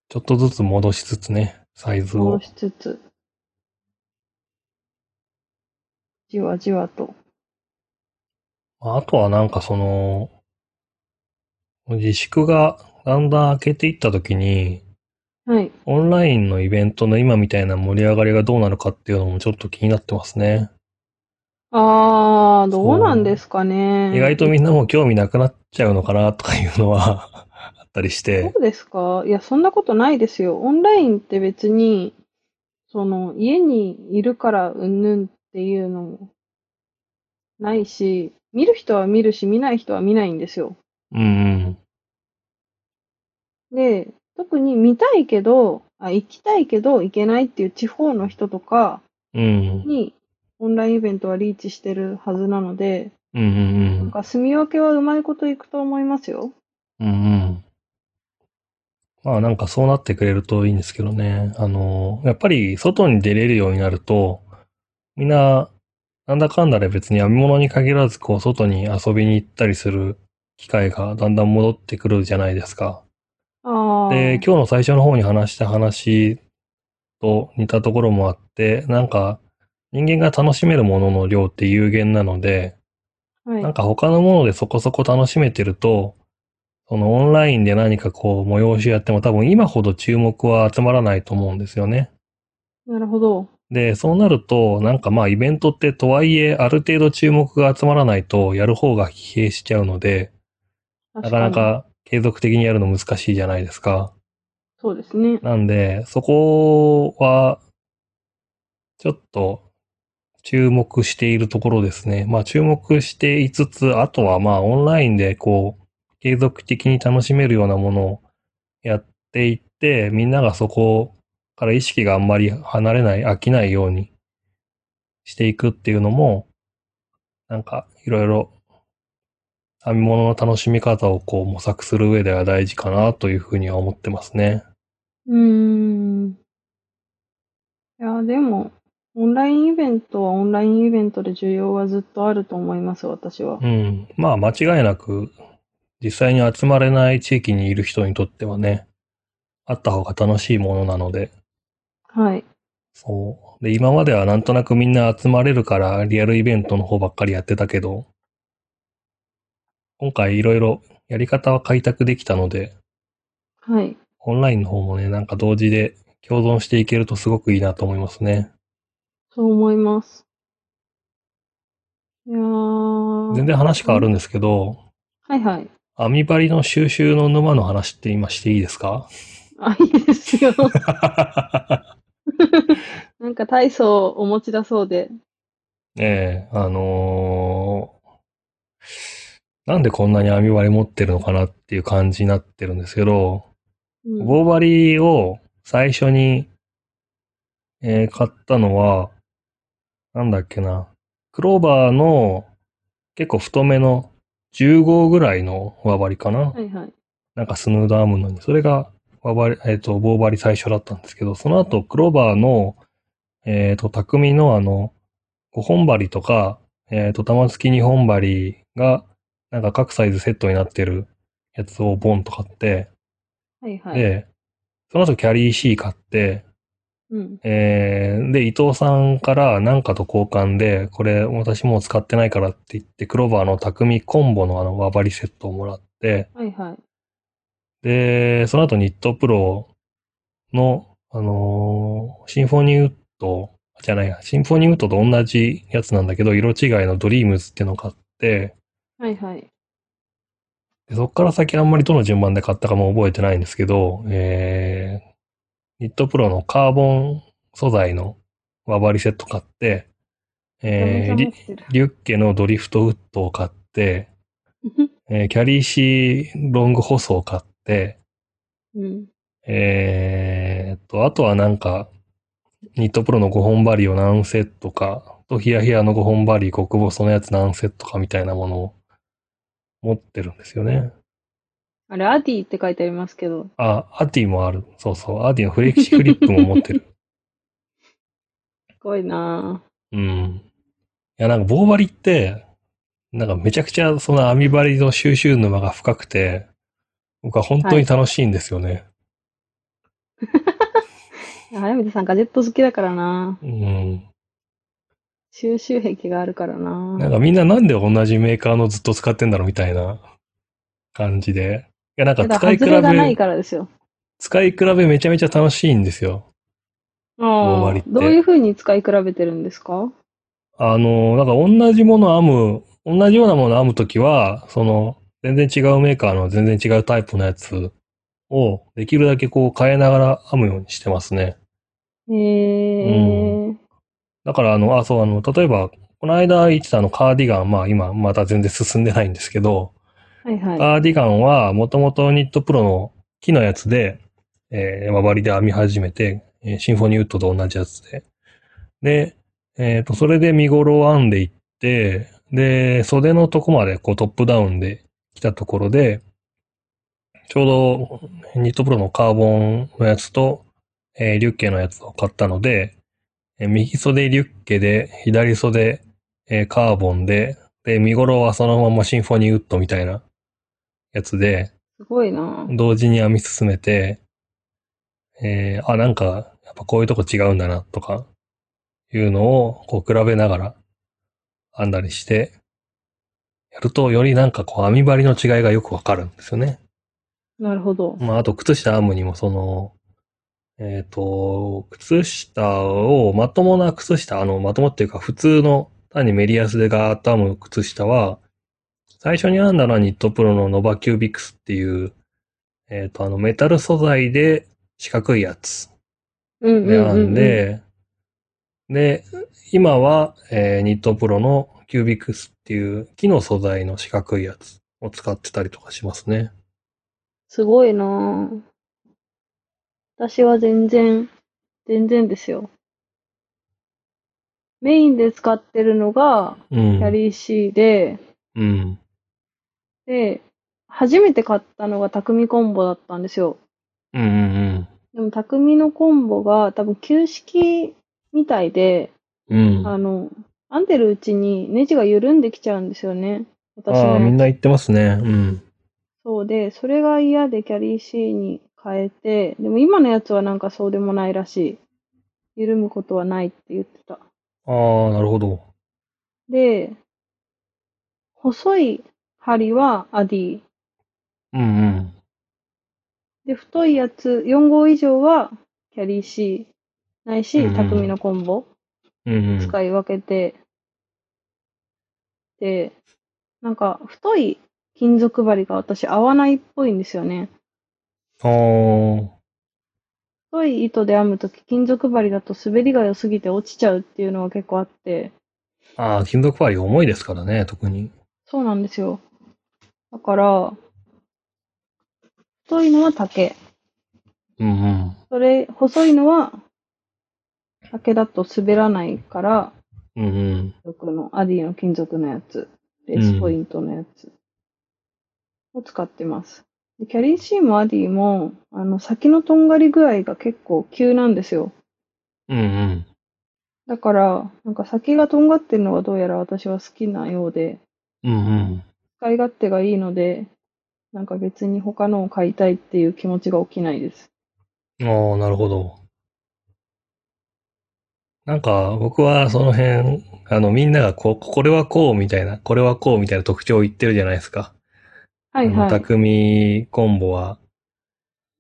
ちょっとずつ戻しつつね、サイズを
戻。しつつ、じわじわと。
まああとはなんかその、自粛がだんだん明けていった時に、
はい。
オンラインのイベントの今みたいな盛り上がりがどうなるかっていうのもちょっと気になってますね。
あー、ど
そう
うなんですかね。
意外とみんなもう興味なくなっちゃうのかなとかいうのは <laughs> あったりして
そ、うですかいや、そんなことないですよ。オンラインって別に、その、家にいるからうんぬんっていうのもないし、見る人は見るし、見ない人は見ないんですよ。
うん
で、特に見たいけど、あ行きたいけど行けないっていう地方の人とか
うん、うん、
に、オンラインイベントはリーチしてるはずなので、
うん、うん、う
なん
ん
か住み分けはうまいこといくと思いますよ。
うん、うん。まあなんかそうなってくれるといいんですけどね。あの、やっぱり外に出れるようになると、みんな、なんだかんだで別に編み物に限らず、こう外に遊びに行ったりする機会がだんだん戻ってくるじゃないですか。
ああ。
で、今日の最初の方に話した話と似たところもあって、なんか人間が楽しめるものの量って有限なので、
はい
なんか他のものでそこそこ楽しめてると、そのオンラインで何かこう催しやっても多分今ほど注目は集まらないと思うんですよね。
なるほど。
で、そうなると、なんかまあイベントってとはいえある程度注目が集まらないとやる方が疲弊しちゃうので、な
確
か
か
な
に。
か継続的にやるの難しいじゃないですか。
そうですね。
なんで、そこは、ちょっと、注目しているところですね。まあ、注目していつつ、あとはまあ、オンラインでこう、継続的に楽しめるようなものをやっていって、みんながそこから意識があんまり離れない、飽きないようにしていくっていうのも、なんか、いろいろ、編み物の楽しみ方をこう、模索する上では大事かなというふうには思ってますね。
うーん。いや、でも、オンラインイベントはオンラインイベントで需要はずっとあると思います、私は
う。ん。まあ、間違いなく、実際に集まれない地域にいる人にとってはね、あった方が楽しいものなので、
はい。
そう。で、今まではなんとなくみんな集まれるから、リアルイベントの方ばっかりやってたけど、今回いろいろやり方は開拓できたので、
はい。
オンラインの方もね、なんか同時で共存していけるとすごくいいなと思いますね。
そう思います。いやー。
全然話変わるんですけど、
はいはい。
アミバリの収集の沼の話って今していいですか <laughs>
あ、いいですよ。なんか大層お持ちだそうで。
ええあのーなんでこんなに網割り持ってるのかなっていう感じになってるんですけど、
うん
棒針を最初に、えー買ったのは、なんだっけな、クローバーの結構太めの10号ぐらいの上針かな、
はいはい。
なんかスヌードアームのに、それが輪針、えっ、と、棒針最初だったんですけど、その後、クローバーの、えっ、と、匠のあの、5本針とか、えっ、と、玉突き2本針が、なんか各サイズセットになってるやつをボンと買って、
はいはい。
で、その後キャリー C 買って、
うん。
えー、で、伊藤さんからなんかと交換で、これ私もう使ってないからって言って、クローバーの匠コンボのあの輪針セットをもらって、
はいはい。
で、その後ニットプロの、あのーシンフォニーウッド、じゃないや、シンフォニーウッドと同じやつなんだけど、色違いのドリームズっていうのを買って、
はいはい。
でそっから先あんまりどの順番で買ったかも覚えてないんですけど、えー、ニットプロのカーボン素材の輪針セット買って、えー、
めちゃめちゃ
リ
持ってる
リュッケのドリフトウッドを買って、えーキャリーシーロングホソを買って、
<laughs> うん。
えーっと、あとはなんか、ニットプロの5本針を何セットか、とヒヤヒヤの5本針、極細のやつ何セットかみたいなものを持ってるんですよね。
あれ、アディって書いてありますけど、
あ、アティもある。そうそう。アティのフレキシフリップも持って <laughs> る。
すごいなぁ。
うん。いや、なんか棒針って、なんかめちゃくちゃその網針の収集沼が深くて、僕は本当に楽しいんですよね。
いや早水さんガジェット好きだからなぁ。
うん。
収集癖があるからな
なん
ぁ。
かみんななんで同じメーカーのずっと使ってんだろうみたいな感じで。いや、なんか
だ
使
から、
い比
外れがない
べ、
からですよ。
使い比べめちゃめちゃ楽しいんですよ。
あ
割っ
あ
て
どういう風に使い比べてるんですか
あの、なんか同じもの編む、同じようなもの編むときは、その、全然違うメーカーの全然違うタイプのやつを、できるだけこう変えながら編むようにしてますね。
へえ、
だからあの、あ、そう、あの、例えば、この間言ってたあのカーディガン、まあ今また全然進んでないんですけど、
はいはい。
カーディガンはもともとニットプロの木のやつで、えー、輪針で編み始めて、えーシンフォニーウッドと同じやつで。で、えっ、と、それで見頃を編んでいって、で、袖のとこまでこうトップダウンで来たところで、ちょうどニットプロのカーボンのやつと、えーリュッケのやつを買ったので、えー右袖リュッケで、左袖、えーカーボンで、で、見頃はそのままシンフォニーウッドみたいなやつで、
すごいなぁ。
同時に編み進めて、えー、あ、なんか、やっぱこういうとこ違うんだな、とか、いうのを、こう、比べながら、編んだりして、やると、よりなんかこう、編み張りの違いがよくわかるんですよね。
なるほど。
まあ、あと、靴下編むにも、その、えっ、と、靴下を、まともな靴下、あの、まともっていうか、普通の、単にメリアスでガーッと編む靴下は、最初に編んだのはニットプロのノバキュービクスっていう、えっ、と、あの、メタル素材で四角いやつ
うんうん
で
うん、う
編んで、で、今は、えーニットプロのキュービクスっていう木の素材の四角いやつを使ってたりとかしますね。
すごいなぁ。私は全然、全然ですよ。メインで使ってるのが、
うん
キ。ャリー C で、
うん。
で、初めて買ったのが匠コンボだったんですよ。
うんうん
でも匠のコンボが多分旧式みたいで、
うん。うん。
あの、編んでるうちにネジが緩んできちゃうんですよね。私
ああ、みん
の。
な言ってますね。うん。
そうで、それが嫌でキャリー C に変えて、でも今のやつはなんかそうでもないらしい。緩むことはないって言ってた。
ああ、なるほど。
で、細い針はアディ。
うん
で、太いやつ、4号以上はキャリー C ないし、
うんうん
匠のコンボ
うん。うんうん。
使い分けて、で、なんか太い金属針が私合わないっぽいんですよね。
ああ、
太い糸で編むとき金属針だと滑りが良すぎて落ちちゃうっていうのが結構あって、
ああ、金属パリ重いですからね、特に。
そうなんですよ。だから、太いのは竹。
うんうん。
それ、細いのは、竹だと滑らないから、
うんうん。
金属の、アディの金属のやつ、レースポイントのやつを使ってます。でキャリー C もアディも、あの、先のとんがり具合が結構急なんですよ。
うんうん。
だから、なんか先がとんがってるのがどうやら私は好きなようで、
うんうん。
使い勝手がいいので、なんか別に他のを買いたいっていう気持ちが起きないです。
ああ、なるほど。なんか、僕はその辺、あの、みんながこう、これはこうみたいな、これはこうみたいな特徴を言ってるじゃないですか。
はい
あの、
はい。
匠コンボは、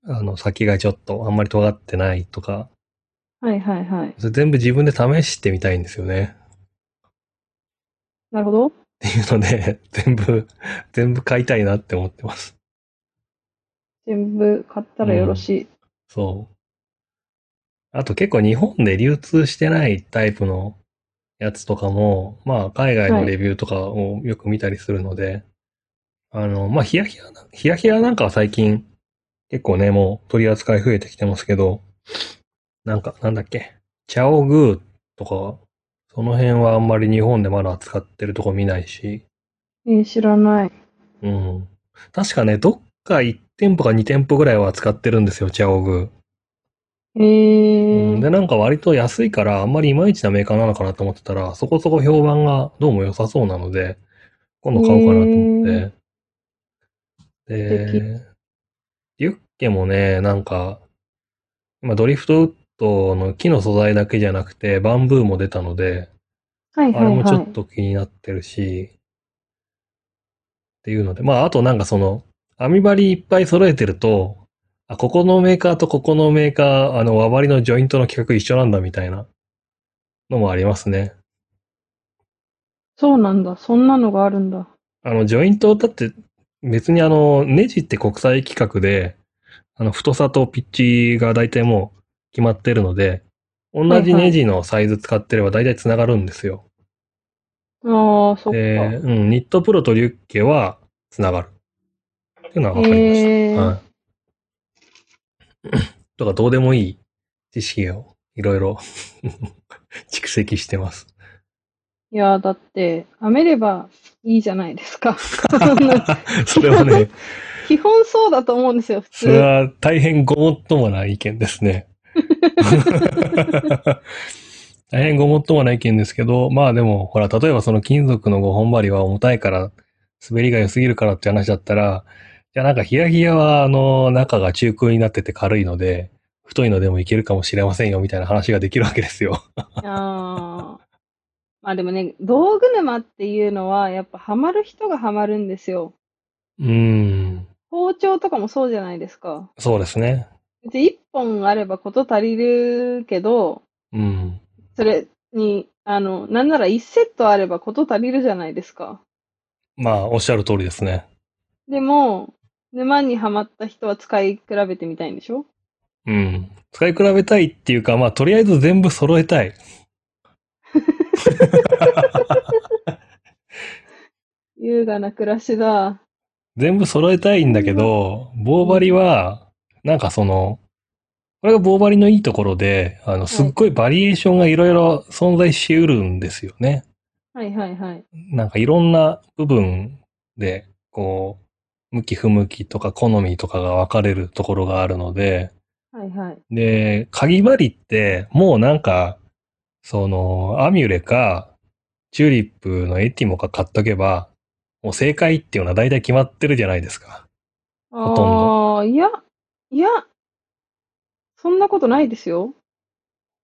あの、先がちょっとあんまり尖ってないとか、
はいはいはい。
それ全部自分で試してみたいんですよね。
なるほど。
っていうので、 <laughs> 全部、全部買いたいなって思ってます。
全部買ったらよろしい。
そう。あと結構日本で流通してないタイプのやつとかも、まあ海外のレビューとかをよく見たりするので、あの、まあヒヤヒヤな、ヒヤヒヤなんかは最近結構ね、もう取り扱い増えてきてますけど、なんか、なんだっけ、チャオグーとか、その辺はあんまり日本でまだ使ってるとこ見ないし、
えー知らない。
うん。確かね、どっか1店舗か2店舗ぐらいは使ってるんですよ、チャオグ
え
ー。
ー
うん、で、なんか割と安いから、あんまりいまいちなメーカーなのかなと思ってたら、そこそこ評判がどうも良さそうなので、今度買おうかなと思って。
ー素
で、ユッケもね、なんか、まあドリフトウッドの木の素材だけじゃなくて、バンブーも出たので、
はい
あ
は
れ
い
もち
は
ょっ
い。
と気になってるし、っていうので、まあ、あとなんかその、網張りいっぱい揃えてると、あ、ここのメーカーとここのメーカー、あの、和張りのジョイントの企画一緒なんだみたいなのもありますね。
そうなんだ。そんなのがあるんだ。
あの、ジョイントだって、別にあの、ネジって国際規格で、あの、太さとピッチが大体もう決まってるので、同
はいは
じ
い
ネジのサイズ使ってれば大体繋がるんですよ。
ああ、そっか。
で、
え
うん、ニットプロとリュッケは繋がる。っていうのは分かりました。
えー
はい。 <coughs> とか、どうでもいい知識をいろいろ <laughs> 蓄積してます。
いやー、だって、編めればいいじゃないです
<laughs>
か。そんな
それはね、
基本そうだと思うんですよ、普
それ
通。
は大変ごもっともな意見です <laughs> ね。大変ごもっともな意見ですけど、まあでも、ほら、例えばその金属の5本針は重たいから、滑りが良すぎるからって話だったら、じゃあなんかヒヤヒヤは、あの、中が中空になってて軽いので、太いのでもいけるかもしれませんよ、みたいな話ができるわけですよ。
あーまあでもね、道具沼っていうのは、やっぱハマる人がハマるんですよ。
うーん、
包丁とかもそうじゃないですか。
そうですね。
うち一本あればこと足りるけど、
うん。
それに、あの、なんなら一セットあればこと足りるじゃないですか。
まあ、おっしゃる通りですね。
でも、沼にはまった人は使い比べてみたいんでしょ
うん。使い比べたいっていうか、まあ、とりあえず全部揃えたい。
優雅な暮らしだ。
全部揃えたいんだけど、棒針は、なんかその、これが棒針のいいところで、あの、すっごいバリエーションがいろいろ存在しうるんですよね。
はいはいはい。
なんかいろんな部分で、こう、向き不向きとか好みとかが分かれるところがあるので、
はいはい。
で、鍵針って、もうなんか、その、アミュレか、チューリップのエティモか買っとけば、もう正解っていうのは大体決まってるじゃないですか。
あ
とん
あー、いや、いや、そんなことないですよ。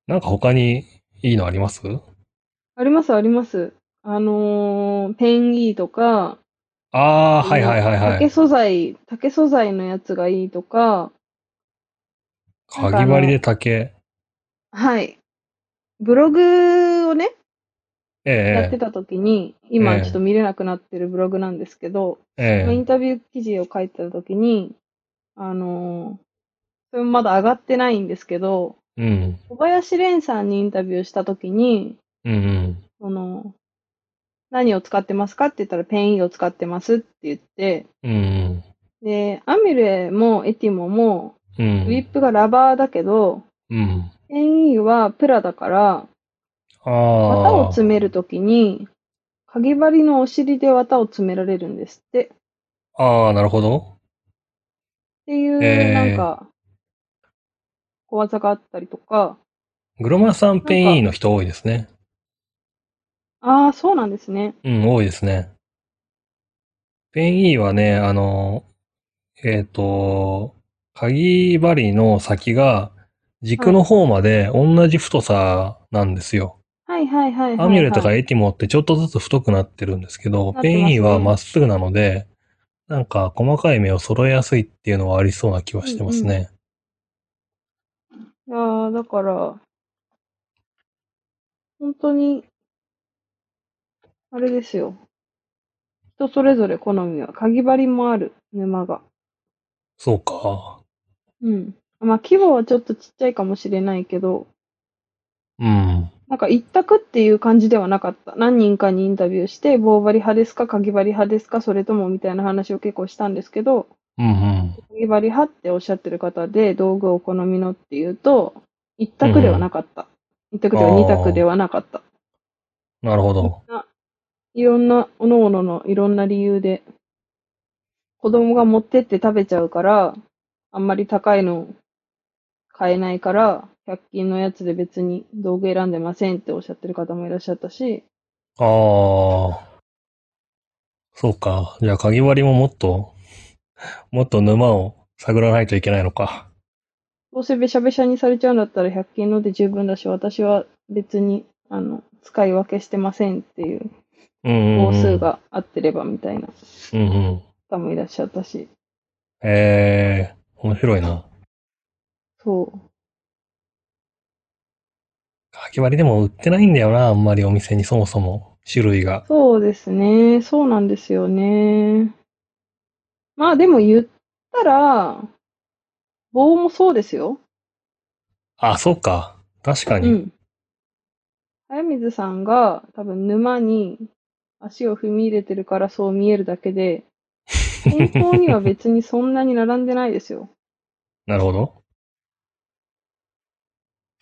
なんか他にいいのあります
ありますあります。あのーペンギーとか、
ああー、はいはいはいは
竹
い。
素材、竹素材のやつがいいとか、
かぎ針で竹。
はい。ブログをね、やっ
え
てた時に、今
ええ
ちょっと見れなくなってるブログなんですけど、
え、え
まあイ
え
ン。タビュー記事を書いてた時に、あのーそれもまだ上がってないんですけど、
うん。
小林蓮さんにインタビューした時に、
うんうん。
その、何を使ってますかって言ったら、ペンイを使ってますって言って、
うんうん。
で、アミュレもエティモも、
う
ウィ
ん
ッ。プがラバーだけど、
うん。
ペンイはプラだから、
あ
綿を
あ。
詰めるときに、かぎ針のお尻で綿を詰められるんですって。っ
ああ、なるほど。
ていう、
えー
なんか、小技があったりとか、
グロマさんペンイの人多いですね。
ああ、そうなんですね。
うん、多いですね。ペンイはね、あの、えっ、と、かぎ針の先が軸の方まで同じ太さなんですよ。
はいはいはいはい、はい。
アミュレとかエティモってちょっとずつ太くなってるんですけど、
なってますね
ペンイはまっすぐなので、なんか細かい目を揃えやすいっていうのはありそうな気はしてますね。
いやー、だから、本当に、あれですよ。人それぞれ好みは、かぎ針もある、沼が。
そうか。
うん。まあ、規模はちょっとちっちゃいかもしれないけど、
うん。
なんか一択っていう感じではなかった。何人かにインタビューして、棒針派ですか、かぎ針派ですか、それともみたいな話を結構したんですけど、
うんうん。
かぎ針派っておっしゃってる方で、道具お好みのっていうと、一択ではなかった。一択では
あー
二択ではなかった。
なるほど。
いろんな、おのおののいろんな理由で、子供が持ってって食べちゃうから、あんまり高いの買えないから、100均のやつで別に道具選んでませんっておっしゃってる方もいらっしゃったし、
ああ。そうか。じゃあ、かぎ針ももっと、もっと沼を探らないといけないのか。
どうせべしゃべしゃにされちゃうんだったら100均ので十分だし、私は別に、あの、使い分けしてませんっていう、
うんうん、うん。
工数。が合ってればみたいな
うんうん。
方もいらっしゃったし、
ええー、面白いな。
そう。
かぎ針でも売ってないんだよな、あんまりお店にそもそも。種類が。
そうですね。そうなんですよね。まあでも言ったら、棒もそうですよ。
あ、そうか。確か
う
に。
ん。早水さんが多分沼に足を踏み入れてるからそう見えるだけで、本当には別にそんなに並んでないですよ。
なるほど。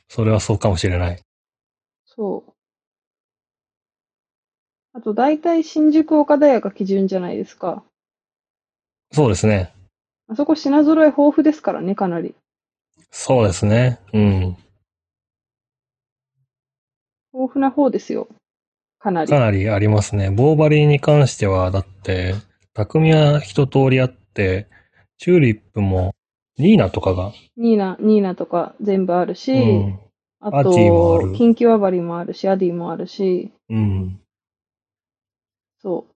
それはそうかもしれない。
そう。あと大体新宿岡大学が基準じゃないですか。
そうですね。
あそこ品揃え豊富ですからね、かなり。
そうですね。うん。
豊富な方ですよ。かなり
か。なりありますね。棒針に関しては、だって、匠は一通りあって、チューリップも、ニーナとかが、
ニーナ、ニーナとか全部あるし、
うん。
あ
ア
と
ディもある、
キンキワバリもあるし、アディもあるし、
うん。
そう、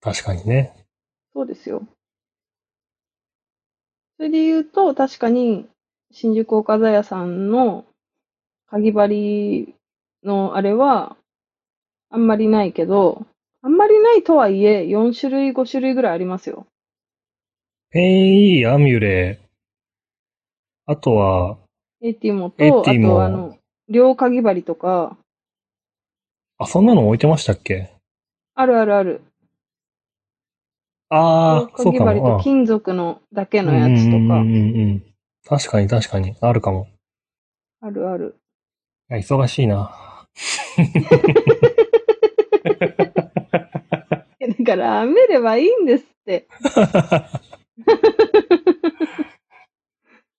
確かにね。
そうですよ。それで言うと、確かに、新宿岡田屋さんの、かぎ針のあれは、あんまりないけど、あんまりないとはいえ、4種類、5種類ぐらいありますよ。
ペンイー、アミュレ、あとは、
エティモ
エ
と、
ティ
あ
モ
と、あの、両かぎ針とか、
あ、そんなの置いてましたっけ
あるあるある。
ああ、
か
そう
ぎ
か
針
も。
と
あ
金属のだけ
あ
のやつとか
うんうんう、んうんうん。確かに確かに。あるかも。
あるある。
いや、忙しいな。
いやだから、編めればいいんですって。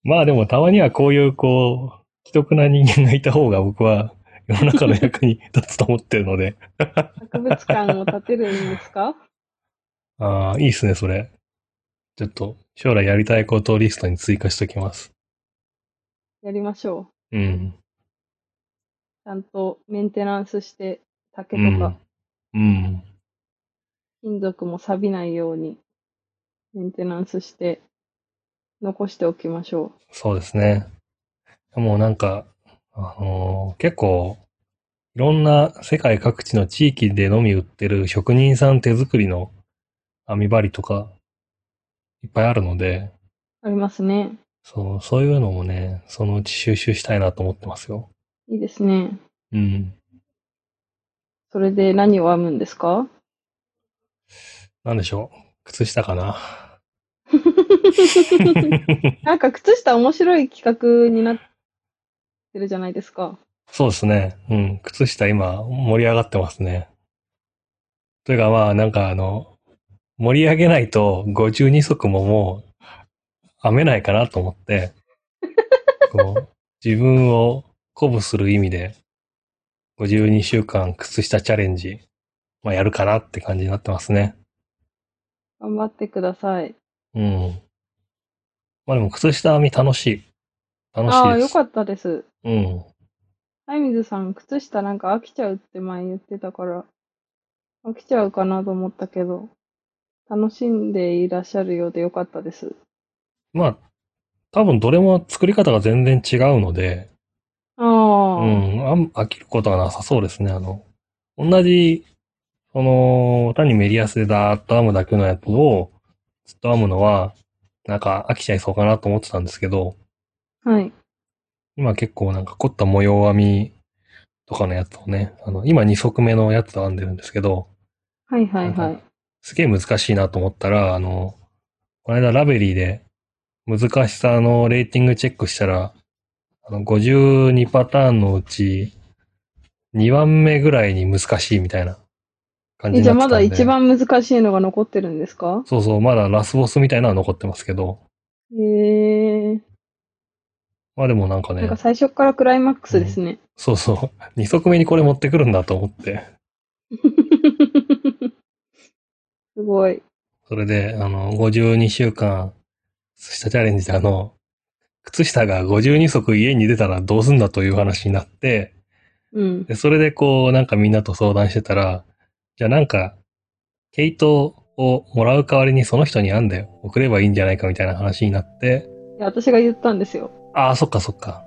まあでもたまにはこういうこう、既得な人間がいた方が僕は世の中の役に立つと思ってるので。 <laughs>
博物館を建てるんですか <laughs>
ああ、いいっすね、それ。ちょっと将来やりたいことをリストに追加しときます。
やりましょ
う
う。
ん。
ちゃんとメンテナンスして、竹
う
とか
ん。うん。
金属も錆びないように、メンテナンスして、残しておきましょ
そうですね。もうなんか、あのー結構、いろんな世界各地の地域でのみ売ってる職人さん手作りの編み針とか、いっぱいあるので、
う。ありますね。
そう、そういうのもね、そのうち収集したいなと思ってますよ。
いいですね。
うん。
それで何を編むんですか
なんでしょう。靴下かな。
なんか靴下面白い企画になってるじゃないですか。
そうですね。うん。靴下今盛り上がってますね。というかまあ、なんかあの、盛り上げないと52足ももう編めないかなと思 <laughs> って、こう、自分を鼓舞する意味で、52週間靴下チャレンジ、まあやるかなって感じになってますね。
頑張ってください。
うん。まあでも、靴下編み楽しい。楽しいです。
ああ、よかったです。
うん。
はい、水さん、靴下なんか飽きちゃうって前言ってたから、飽きちゃうかなと思ったけど、楽しんでいらっしゃるようでよかったです。
まあ、多分どれも作り方が全然違うので、
ああ、
うん、あん飽きることはなさそうですね。あの、同じ、その、単にメリアスでダーッと編むだけのやつを、ずっと編むのは、なんか飽きちゃいそうかなと思ってたんですけど、
はい。
今結構なんか凝った模様編みとかのやつをね、あの、今2足目のやつを編んでるんですけど、
はいはいは
なん
い。
すげえ難しいなと思ったら、あの、この間ラベリーで難しさのレーティングチェックしたら、あの、52パターンのうち、2番目ぐらいに難しいみたいな感じ
え、
に
じ
な
ゃあ
ってた
ま
んで。
だ一。番難しいのが残ってるんですか
そうそう、まだラスボスみたいなのは残ってますけど。
へえー。
まあでもなんか
なん
ね
か、最初からクライマックスです
<laughs>
ね。
そうそう、2足目にこれ持ってくるんだと思って。
すごい。
それで、あの、52週間、靴下チャレンジであの、靴下が52足家に出たらどうすんだという話になって、
うん。
で、それでこう、なんかみんなと相談してたら、じゃあなんか、毛糸をもらう代わりにその人に編んで送ればいいんじゃないかみたいな話になって、
いや、私が言ったんですよ。
ああ、そっかそっか。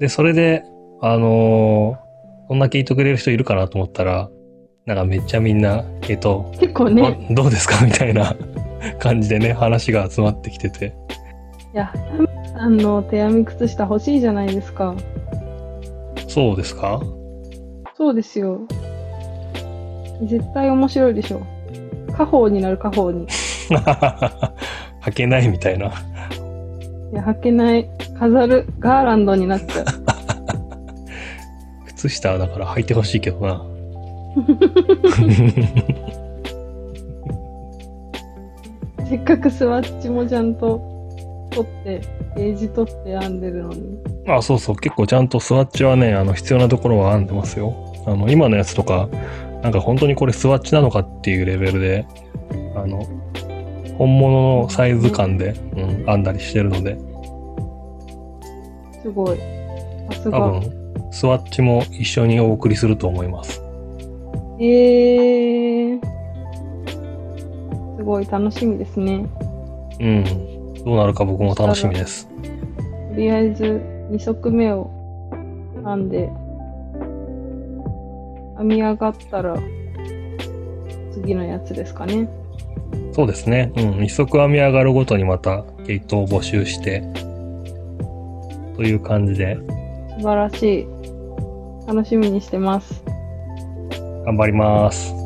で、それで、あのーこんな毛糸くれる人いるかなと思ったら、なんかめっちゃみんな毛糸
結構ね、
あどうですかみたいな感じでね話が集まってきてて
いや、あの、手編み靴下欲しいじゃないですか。
そうですか <laughs>
そうですよ。絶対面白いでしょ。家宝になる家宝に。
履けないみたいない
や、履けない、飾る、ガーランドになっちゃう。
靴下だから履いてほしいけどな <laughs>
せっかくスワッチもちゃんと取って、ゲージ取って編んでるのに。
あそうそう結構ちゃんとスワッチはねあの必要なところは編んでますよあの今のやつとかなんか本当にこれスワッチなのかっていうレベルであの本物のサイズ感で、うん、編んだりしてるのです
ごい。さす
多
が。
分スワッチも一緒にお送りすると思います
えー。すごい楽しみですね。
うんどうなるか僕も楽しみです
とりあえず2足目を編んで編み上がったら次のやつですかね
そうですね。うん。一足編み上がるごとにまた毛糸を募集して、という感じで
素晴らしい楽しみにしてます
頑張ります。